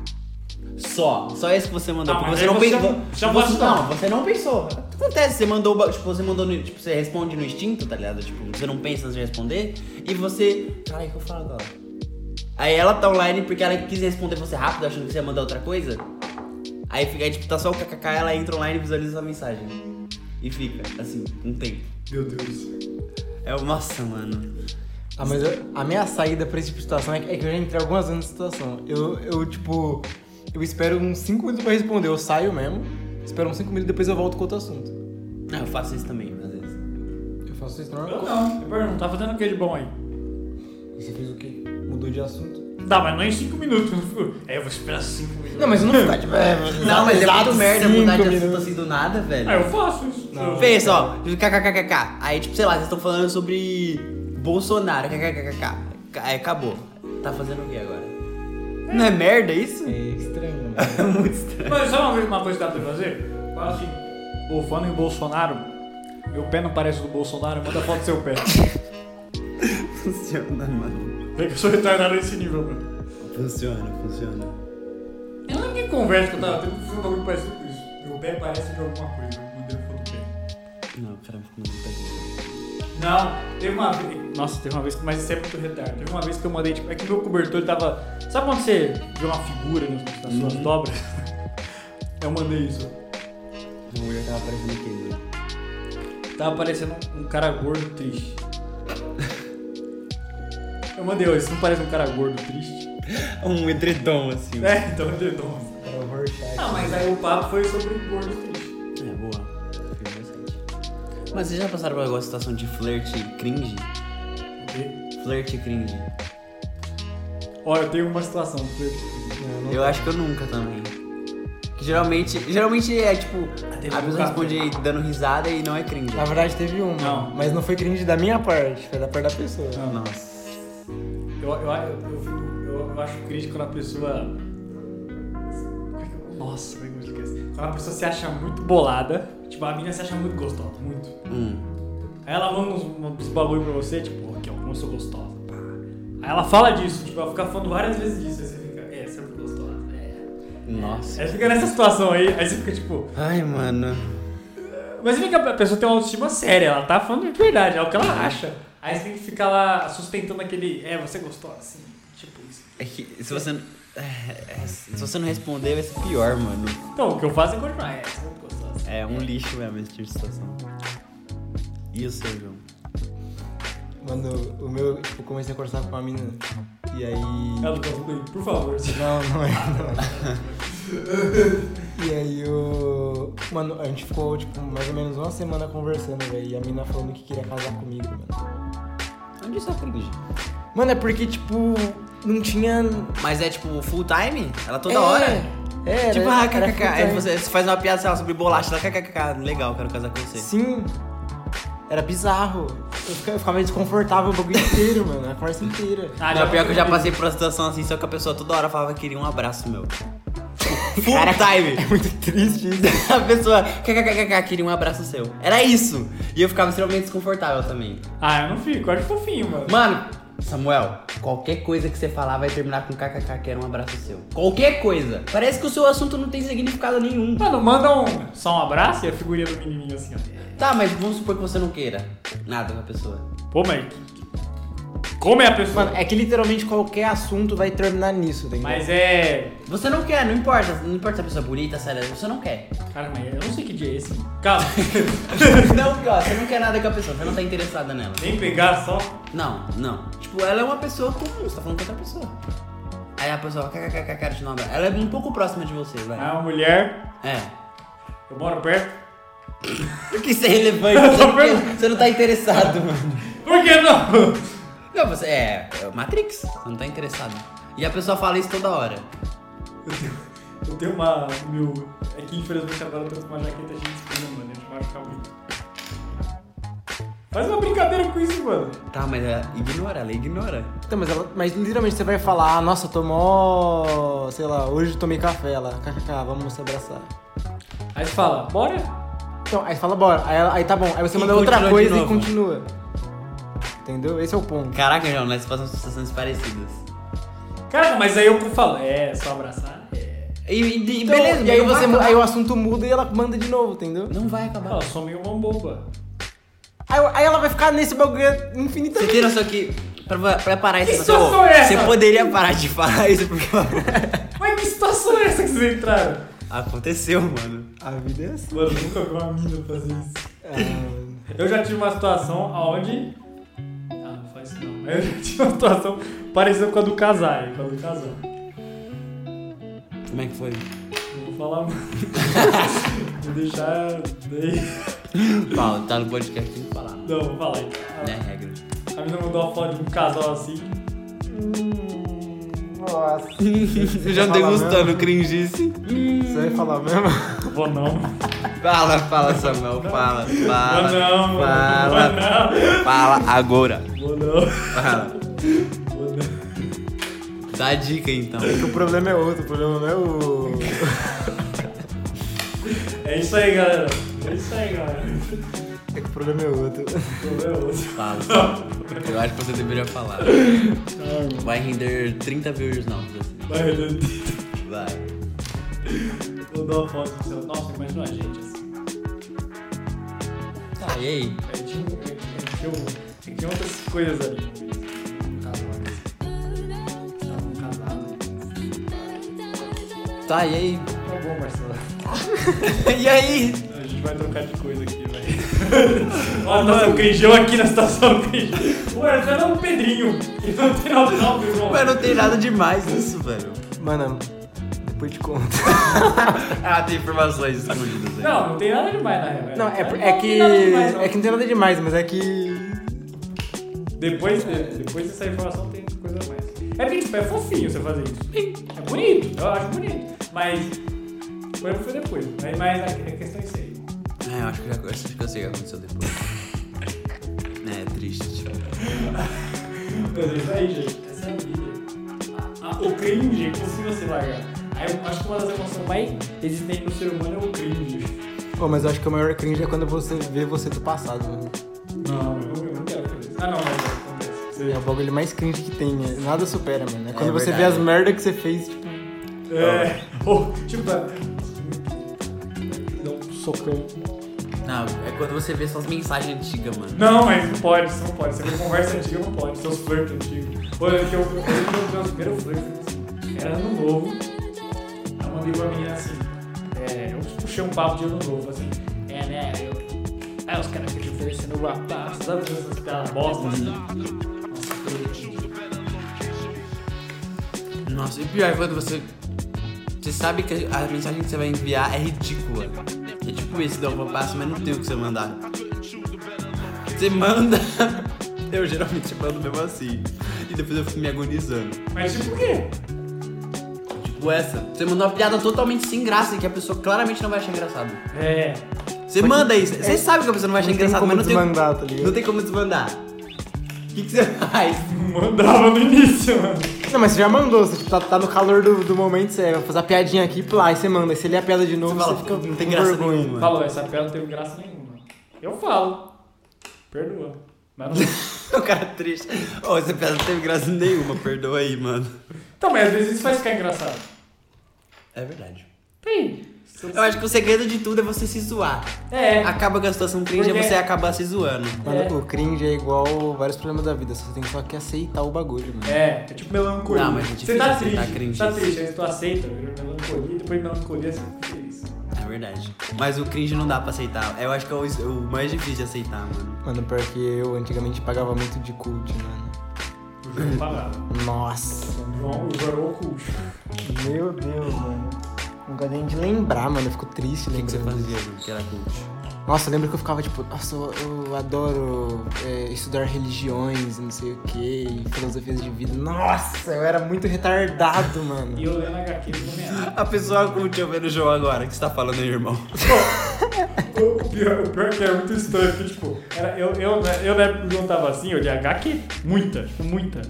Speaker 2: Só. Só isso que você mandou.
Speaker 5: Não,
Speaker 2: porque
Speaker 5: Tá, mas
Speaker 2: você
Speaker 5: aí
Speaker 2: não
Speaker 5: você
Speaker 2: pensou. Tipo,
Speaker 5: já- já
Speaker 2: você,
Speaker 5: passou.
Speaker 2: não, você não pensou. Acontece, você mandou. o ba- Tipo, você mandou no, Tipo, você responde no instinto, tá ligado? Tipo, você não pensa antes de responder. E você. Caralho, o que eu falo agora? Aí ela tá online porque ela quis responder você rápido, achando que você ia mandar outra coisa. Aí fica, aí, tipo, tá só o kkk, ela entra online e visualiza sua mensagem. E fica, assim, um tempo.
Speaker 5: Meu Deus.
Speaker 2: É uma nossa, mano.
Speaker 4: Ah, mas eu- a minha saída pra esse tipo de situação é que, é que eu já entrei algumas vezes nessa situação. Eu, eu tipo, eu espero uns 5 minutos pra responder. Eu saio mesmo, espero uns 5 minutos depois eu volto com outro assunto.
Speaker 2: Ah, eu faço isso também, às vezes.
Speaker 4: Eu faço isso
Speaker 5: Eu
Speaker 4: normal.
Speaker 5: não. Eu pergunto, tá fazendo o que de bom aí?
Speaker 4: E Você fez o quê? Mudou de assunto?
Speaker 5: Tá, mas não em 5 minutos. Aí eu vou esperar 5 minutos.
Speaker 4: Não, mas eu não ficar tipo. é,
Speaker 2: Não, mas é muito
Speaker 4: exato
Speaker 2: merda
Speaker 4: cinco
Speaker 2: mudar de assunto
Speaker 4: minutos.
Speaker 2: assim do nada, velho.
Speaker 5: Ah, eu faço isso.
Speaker 4: Não.
Speaker 5: Eu-
Speaker 2: Pensa, ó, kkkk. Aí, tipo, sei lá, vocês estão falando sobre Bolsonaro, kkkk. Aí acabou. Tá fazendo o que agora? Não é merda isso?
Speaker 4: É estranho, né?
Speaker 2: É muito estranho.
Speaker 5: Mas sabe uma vez- uma coisa que dá pra fazer? Fala assim, ô, falando em Bolsonaro, meu pé não parece do Bolsonaro, manda foto do seu pé.
Speaker 2: Funciona, mano.
Speaker 5: É que eu sou retardado nesse nível, mano.
Speaker 2: Funciona, funciona.
Speaker 5: Eu lembro que conversa que eu tava tendo, fiz um bagulho parecido com isso. Meu pé parece de alguma coisa, eu mandei foto do pé.
Speaker 2: Não, cara, não tá
Speaker 5: Não, teve uma vez. Nossa, teve uma vez, que- mas isso é muito retardo. Teve uma vez que eu mandei, tipo, é que meu cobertor tava. Sabe quando você vê uma figura nas, nas suas dobras? Eu mandei isso.
Speaker 2: A mulher tava Um parecendo aquele.
Speaker 5: Tava parecendo um cara gordo triste. Eu mandei, ó, isso não parece um cara gordo triste?
Speaker 2: Um edredom, assim. É,
Speaker 5: É, então eu dou
Speaker 4: Era o Rorschach.
Speaker 5: Ah, mas aí o papo foi sobre gordo triste.
Speaker 2: É, boa. Foi bastante. Mas vocês já passaram por alguma situação de flerte cringe? Flerte cringe.
Speaker 5: Ó, eu tenho uma situação. foi-
Speaker 4: Não, não-
Speaker 2: Eu acho que eu nunca também. Que Geralmente, geralmente é tipo,
Speaker 5: teve
Speaker 2: a
Speaker 5: um
Speaker 2: pessoa
Speaker 5: caso.
Speaker 2: responde dando risada e não é cringe.
Speaker 4: Na verdade teve uma.
Speaker 5: Não.
Speaker 4: Mas não foi cringe da minha parte, foi da parte da pessoa.
Speaker 5: Não, não.
Speaker 2: Nossa.
Speaker 5: Eu, eu, eu, eu, fico- eu- eu acho crítico quando a pessoa. como é que eu- Nossa, como é que eu esqueci? Quando a pessoa se acha muito bolada, tipo, a menina se acha muito gostosa, muito.
Speaker 2: Hum.
Speaker 5: Aí ela manda uns, uns bagulho pra você, tipo, aqui ó, como eu sou gostosa, pá. Aí ela fala disso, tipo, ela fica falando várias vezes disso, aí você fica, é, você é muito gostosa, é.
Speaker 2: Nossa.
Speaker 5: Aí fica nessa situação aí, aí você fica tipo,
Speaker 2: Ai, É, mano.
Speaker 5: mas vem que a pessoa tem uma autoestima séria, ela tá falando de verdade, é o que ela acha. Aí você tem que ficar lá sustentando aquele, é, você é gostosa, assim, tipo isso.
Speaker 2: É que se você. não- é, é, se você não responder, vai ser pior, mano.
Speaker 5: Então, o que eu faço é continuar, é, você é muito gostosa.
Speaker 2: É um lixo mesmo esse tipo de situação. E o seu, João?
Speaker 4: Mano, o meu, tipo, eu comecei a conversar com uma menina. E aí.
Speaker 5: Ela gosta dele, por favor.
Speaker 4: Não, não é. não. E aí o. Mano, a gente ficou, tipo, mais ou menos uma semana conversando, velho. E a mina falando que queria casar comigo, mano.
Speaker 2: Onde isso é cringe?
Speaker 4: Mano, é porque, tipo, não tinha.
Speaker 2: Mas é tipo full time? Ela toda
Speaker 4: É,
Speaker 2: hora?
Speaker 4: É,
Speaker 2: tipo,
Speaker 4: era-
Speaker 2: ah,
Speaker 4: era
Speaker 2: kkk.
Speaker 4: full
Speaker 2: Aí
Speaker 4: time.
Speaker 2: você, você faz uma piada sei lá, sobre bolacha, ela kkkk. Legal, quero casar com você.
Speaker 4: Sim. Era bizarro. Eu fica- eu ficava desconfortável o bagulho inteiro, mano. A conversa inteira.
Speaker 5: Ah,
Speaker 2: Não, pior que eu já passei por uma situação assim, só que a pessoa toda hora falava que queria um abraço meu. Full time!
Speaker 4: É Muito triste isso.
Speaker 2: A pessoa, kkkk, queria um abraço seu. Era isso! E eu ficava extremamente desconfortável também.
Speaker 5: Ah, eu não fico, eu acho fofinho, mano.
Speaker 2: Mano, Samuel, qualquer coisa que você falar vai terminar com kkk, quero um abraço seu. Qualquer coisa. Parece que o seu assunto não tem significado nenhum.
Speaker 5: Mano, manda um. Só um abraço e a figurinha do menininho assim, ó.
Speaker 2: Tá, mas vamos supor que você não queira nada com a pessoa.
Speaker 5: Pô, mas. Como é a pessoa?
Speaker 4: Mano, é que literalmente qualquer assunto vai terminar nisso, tá ligado?
Speaker 5: Mas é.
Speaker 2: Você não quer, não importa. Não importa se a pessoa é bonita, séria, você não quer.
Speaker 5: Cara, mas eu não sei que dia é esse. Calma.
Speaker 2: não, ó, você não quer nada com a pessoa, você não tá interessada nela.
Speaker 5: Nem pegar só.
Speaker 2: Não, não. Tipo, ela é uma pessoa comum, você tá falando com outra pessoa. Aí a pessoa, kkkk, quero te dar um abraço. Ela é um pouco próxima de você,
Speaker 5: É
Speaker 4: Ah.
Speaker 2: vai.
Speaker 5: uma mulher.
Speaker 2: É.
Speaker 5: Eu moro perto.
Speaker 2: Porque isso é relevante, você não, quer- você não tá interessado, mano.
Speaker 5: Por que não?
Speaker 2: Não, você é, é Matrix, você não tá interessado. E a pessoa fala isso toda hora.
Speaker 5: Eu tenho uma. Meu. É que infelizmente agora eu tô com uma jaqueta cheia de espinha, mano. Eu acho que ficar muito. Faz uma brincadeira com isso, mano.
Speaker 2: Tá, mas é, ignora, ela ignora.
Speaker 4: Então, mas, ela, mas literalmente você vai falar, "Ah, nossa, tomou. sei lá, hoje eu tomei café ela, kkk, vamos se abraçar.
Speaker 5: Aí você fala, bora?
Speaker 4: Então, aí fala, bora. Aí, ela- aí tá bom, aí você
Speaker 2: E
Speaker 4: manda outra
Speaker 2: continua
Speaker 4: coisa
Speaker 2: de
Speaker 4: e
Speaker 2: novo.
Speaker 4: continua. Entendeu? Esse é o ponto.
Speaker 2: Caraca, João, nós passamos situações parecidas.
Speaker 5: Cara, mas aí eu falo, é, só abraçar. É.
Speaker 2: E, e- e
Speaker 4: Então,
Speaker 2: beleza,
Speaker 4: e aí,
Speaker 2: não vai
Speaker 4: você, mu-
Speaker 2: acabar.
Speaker 4: aí o assunto muda e ela manda de novo, entendeu?
Speaker 2: Não vai acabar.
Speaker 5: Ela sou meio uma boba.
Speaker 4: Aí, aí ela vai ficar nesse bagulho
Speaker 2: Você
Speaker 4: infinitamente.
Speaker 2: tem noção que pra, pra parar esse
Speaker 5: Que situação é essa?
Speaker 2: Você poderia parar de falar isso porque
Speaker 5: Mas que situação é essa que vocês entraram?
Speaker 2: aconteceu, mano.
Speaker 4: A vida é assim.
Speaker 5: Mano, eu nunca vi uma mina fazer isso.
Speaker 4: Ah,
Speaker 5: Eu já tive uma situação onde. Ah, não faz isso não. Mas eu já tive uma situação parecida com a do casal, com a do casal.
Speaker 2: Como é que foi?
Speaker 5: Não vou falar muito. vou deixar. daí-
Speaker 2: Paulo, tá no podcast, tem que falar. Não
Speaker 5: Não, vou falar aí.
Speaker 2: é regra.
Speaker 5: A menina mandou uma foto de um casal assim.
Speaker 4: Hum, nossa.
Speaker 2: Você já não
Speaker 4: Fala
Speaker 2: degustando cringice?
Speaker 4: Você vai falar mesmo?
Speaker 5: Vou não.
Speaker 2: Fala, fala, Samuel, fala,
Speaker 5: Vou
Speaker 2: fala.
Speaker 5: não, mano.
Speaker 2: Fala, fala agora.
Speaker 5: Vou não.
Speaker 2: Fala.
Speaker 5: Vou não.
Speaker 2: Dá dica então.
Speaker 4: O problema é outro, o problema não é o.
Speaker 5: É isso aí, galera. É isso aí, galera.
Speaker 4: É que o problema é outro.
Speaker 5: Problema outro.
Speaker 2: Fala. Eu acho que você deveria falar. Vai render 30 viewers novos. assim.
Speaker 5: Vai, Renan.
Speaker 2: Vai.
Speaker 5: Vou dar uma foto. assim, ó. Nossa, imagina a gente assim.
Speaker 2: Tá, e aí?
Speaker 5: É, tinha, é, tinha, um- tinha outras coisas ali. Um casal. Tava um casado.
Speaker 2: Tá, e aí?
Speaker 5: Tá bom, Marcelo.
Speaker 2: E aí?
Speaker 5: A gente vai trocar de coisa aqui, velho. Ó, a situação cringe. Eu aqui na situação cringe. O Marcelo é um Pedrinho. Que não tem nada não, meu irmão.
Speaker 2: Mas não tem nada demais nisso, velho.
Speaker 4: Mano, depois te conto.
Speaker 2: Ah, tem informações escondidas aí.
Speaker 5: Não, não tem nada demais na real.
Speaker 4: Não, é,
Speaker 5: Não
Speaker 4: é que.
Speaker 5: tem nada demais, não.
Speaker 4: É que não tem nada demais, mas é que.
Speaker 5: Depois, é, depois dessa informação tem coisa a mais. É porque, tipo, é fofinho você fazer isso. É bonito, eu acho bonito. Mas. Foi foi depois. Mas, mas a a questão é isso aí.
Speaker 2: É, eu acho que, já, eu acho que eu sei o que aconteceu depois. é, triste.
Speaker 5: Mas é isso aí, gente. Essa é a vida. A- a- o cringe é impossível se largar. Aí eu acho que uma das emoções mais existentes no ser humano é o cringe.
Speaker 4: Pô, mas eu acho que o maior cringe é quando você vê você do passado, né? mano.
Speaker 5: Não, eu, eu não quero fazer isso. Ah, não, mas acontece. Você-
Speaker 4: É o bagulho mais cringe que tem, né? Nada supera, mano. É quando você vê
Speaker 2: verdade.
Speaker 4: as merda que você fez, tipo.
Speaker 5: É. Ou, tipo. é- Dá um socão.
Speaker 2: Não, é quando você vê suas mensagens antigas, mano.
Speaker 5: Não, mas não pode, isso não pode. Você vê conversa antiga, não pode. Seus flirts antigos. Olha, que eu eu lembro do meu primeiro flirt. Era ano novo. Eu mandei pra menina assim. É, eu puxei um papo de ano novo, assim. É, né? Eu. Aí os caras ficam oferecendo uma pasta, sabe essas caras bosta? Assim. Nossa, que
Speaker 2: Nossa, e pior é quando você. Você sabe que a mensagem que você vai enviar é ridícula. É tipo esse, dá uma passa, mas não tem o que você mandar. Você manda. Eu geralmente mando mesmo assim. E depois eu fico me agonizando.
Speaker 5: Mas tipo o quê?
Speaker 2: Tipo essa. Você mandou uma piada totalmente sem graça e que a pessoa claramente não vai achar engraçado.
Speaker 5: É.
Speaker 2: Você manda isso. Você sabe que a pessoa não vai achar
Speaker 4: é Não tem
Speaker 2: engraçado,
Speaker 4: como
Speaker 2: mas não tem, um-
Speaker 4: desmandar, tá ligado?
Speaker 2: não tem como desmandar. O que, que você faz?
Speaker 5: Mandava no início, mano.
Speaker 4: Não, mas você já mandou, você tipo, tá, tá no calor do, do momento, você vai fazer a piadinha aqui, plá, aí você manda. Aí você lê a piada de novo,
Speaker 2: Você
Speaker 4: você,
Speaker 2: fala,
Speaker 4: fica
Speaker 2: não tem
Speaker 4: com
Speaker 2: graça
Speaker 4: vergonha.
Speaker 2: nenhuma.
Speaker 5: Falou, essa piada não teve graça nenhuma. Eu falo. Perdoa. Mas não...
Speaker 2: O É um cara triste. Ô, essa piada não teve graça nenhuma, perdoa aí, mano.
Speaker 5: Então, mas às vezes isso faz ficar engraçado.
Speaker 2: É verdade.
Speaker 5: Tem.
Speaker 2: Eu acho que o segredo de tudo é você se zoar.
Speaker 5: É.
Speaker 2: Acaba com a situação cringe
Speaker 5: Porque-
Speaker 2: é você acabar se zoando.
Speaker 4: Mano,
Speaker 5: É.
Speaker 4: o cringe é igual vários problemas da vida, você tem só que aceitar o bagulho, mano.
Speaker 5: É, é tipo melancolia.
Speaker 2: Não, mas é difícil
Speaker 5: você tá
Speaker 2: aceitar
Speaker 5: triste,
Speaker 2: cringe.
Speaker 5: tá triste, aí tu aceita, né? vira melancolia, e depois de melancolia você fica feliz.
Speaker 2: É verdade. Mas o cringe não dá pra aceitar. Eu acho que é o, o mais difícil de aceitar, mano.
Speaker 4: Mano, pior que eu antigamente pagava muito de cult, mano.
Speaker 5: O João pagava.
Speaker 4: Nossa.
Speaker 5: São João, é o João oculto.
Speaker 4: Meu Deus, mano. Não gosto nem de lembrar, mano. Eu fico triste
Speaker 2: O que você
Speaker 4: lembrando disso.
Speaker 2: fazia, mano, que era cult?
Speaker 4: Nossa, eu lembro que eu ficava tipo, nossa, eu, eu adoro é, estudar religiões, e não sei o que, filosofias de vida. Nossa, eu era muito retardado, mano.
Speaker 5: E eu lendo HQ do Homem-Aranha.
Speaker 2: A pessoa cult eu vendo o João agora. O que você tá falando aí, irmão?
Speaker 5: O pior, o pior é que era muito estranho, porque, tipo, era, eu, eu, né, eu na época que o João tava assim, eu de HQ, muita, tipo, muita.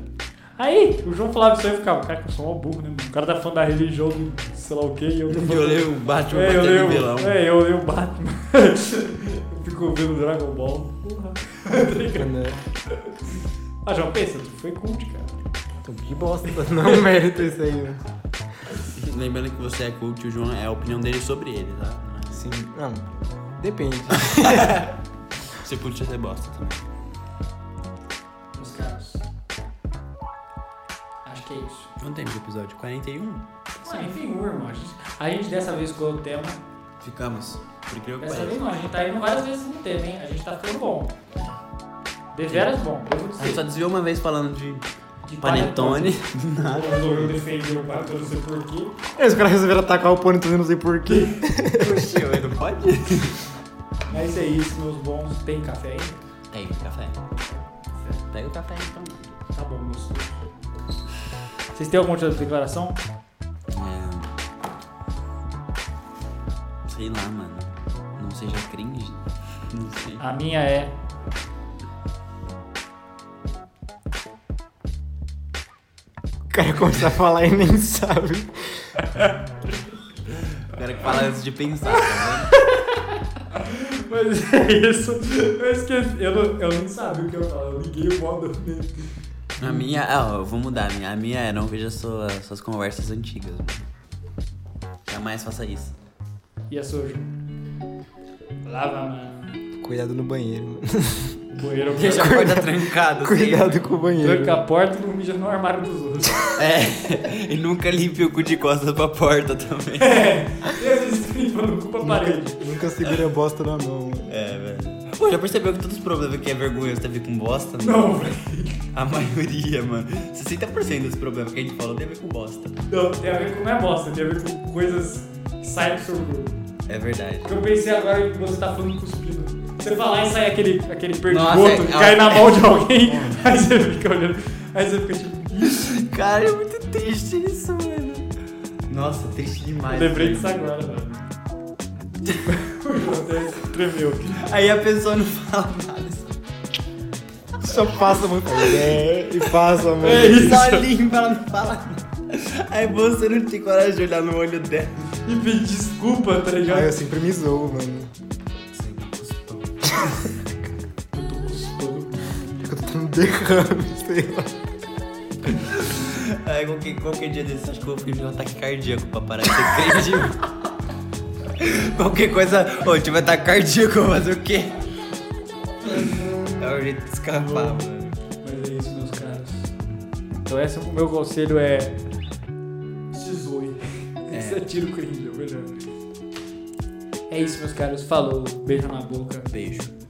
Speaker 5: Aí, o João falava isso aí e eu ficava, cara, que eu sou mó burro, né? mano? O cara tá falando da religião do sei lá o que, e eu tô falando...
Speaker 2: Eu leio o Batman
Speaker 5: é, eu
Speaker 2: batendo
Speaker 5: leio,
Speaker 2: no vilão.
Speaker 5: é, eu leio o Batman. eu fico ouvindo Dragon Ball. Porra.
Speaker 4: Mano,
Speaker 5: ah, João, pensa, tu foi cult, cara.
Speaker 4: tô de bosta. Não mérito isso aí, mano.
Speaker 2: Lembrando que você é cult, o João é a opinião dele sobre ele, tá? Não
Speaker 4: Sim. Não, depende.
Speaker 2: é- Se curte, você bosta também.
Speaker 5: Os caras. Acho que é isso.
Speaker 2: Quanto tempo de episódio? 41?
Speaker 5: Ah, enfim, irmão. A gente, a gente dessa vez escolheu o tema.
Speaker 2: Ficamos. Por incrível que
Speaker 5: Dessa
Speaker 2: pareça.
Speaker 5: vez não, a gente tá indo várias vezes no tema, hein? A gente tá ficando bom. Deveras bom, devo
Speaker 2: A gente só
Speaker 5: dizer.
Speaker 2: desviou uma vez falando de
Speaker 5: De
Speaker 2: panetone.
Speaker 5: Panetone. Resolveu defender o Pato, eu não sei porquê.
Speaker 4: Aí os caras resolveram atacar o pônei, eu não sei porquê.
Speaker 2: Oxi, eu não pode?
Speaker 5: Mas é isso, meus bons. Tem café aí?
Speaker 2: Pega o café. Pega o café então.
Speaker 5: Tá bom, meus. Vocês têm alguma outra declaração?
Speaker 2: É... Sei lá, mano. Não seja cringe. Não sei.
Speaker 5: A minha é.
Speaker 4: O cara começa a falar e nem sabe.
Speaker 2: O cara que fala antes de pensar, tá
Speaker 5: Mas é isso. Eu esqueci. Eu não, eu não sabia o que eu falo. Eu liguei o modo né? mesmo.
Speaker 2: vendo? A minha. Ah, eu vou mudar a minha. A minha é não veja sua- suas conversas antigas, mano. Jamais faça isso.
Speaker 5: E a sua, Ju? Lava, mano.
Speaker 4: Cuidado no banheiro, mano.
Speaker 5: O banheiro
Speaker 2: Deixa a porta trancada. assim,
Speaker 4: Cuidado com o banheiro.
Speaker 5: Tranca a porta e não mija no armário dos outros.
Speaker 2: É, e nunca limpe o cu de costas pra porta também.
Speaker 5: Eu escrevi no cu pra parede.
Speaker 4: Nunca, nunca segura a bosta na mão, mano.
Speaker 2: É, velho. Pô, já percebeu que todos os problemas que é vergonha você teve com bosta?
Speaker 5: Não, velho.
Speaker 2: A maioria, mano. 60% dos problemas que a gente falou tem a ver com bosta.
Speaker 5: Não, tem a ver com não é bosta, tem a ver com coisas que saem do seu corpo.
Speaker 2: É verdade.
Speaker 5: Porque eu pensei agora que você tá falando cuspido. Você vai lá e sai aquele, aquele
Speaker 2: Nossa, é-
Speaker 5: perdigoto, que
Speaker 2: é-
Speaker 5: cai na mão de alguém, aí você fica olhando. Aí você fica tipo, "Ixi,
Speaker 2: Cara, é muito triste isso, mano. Nossa, triste demais.
Speaker 5: lembrei disso agora, velho. O João até tremeu.
Speaker 2: Aí a pessoa não fala nada.
Speaker 4: Só
Speaker 2: só-
Speaker 4: passa muito. É, e passa, mano.
Speaker 5: É isso.
Speaker 2: Só limpa, ela não fala nada. Aí você não tem coragem de olhar no olho dela.
Speaker 5: E pedi desculpa, tá ligado?
Speaker 4: Ai, eu sempre me zoo, mano.
Speaker 5: Eu tô cuspindo.
Speaker 4: Eu tô tendo um derrame, sei lá.
Speaker 2: Aí qualquer, qualquer dia desses, acho que eu vou pedir um ataque cardíaco pra parar de ser cringe. qualquer coisa. Ô, tive ataque cardíaco, mas o quê? É o jeito de escapar, mano.
Speaker 5: Mas é isso, meus caros. Então esse é o meu conselho é. Se zoe.
Speaker 2: É.
Speaker 5: Isso é tiro cringe, é melhor. É isso, meus caros. Falou. Beijo na boca.
Speaker 2: Beijo.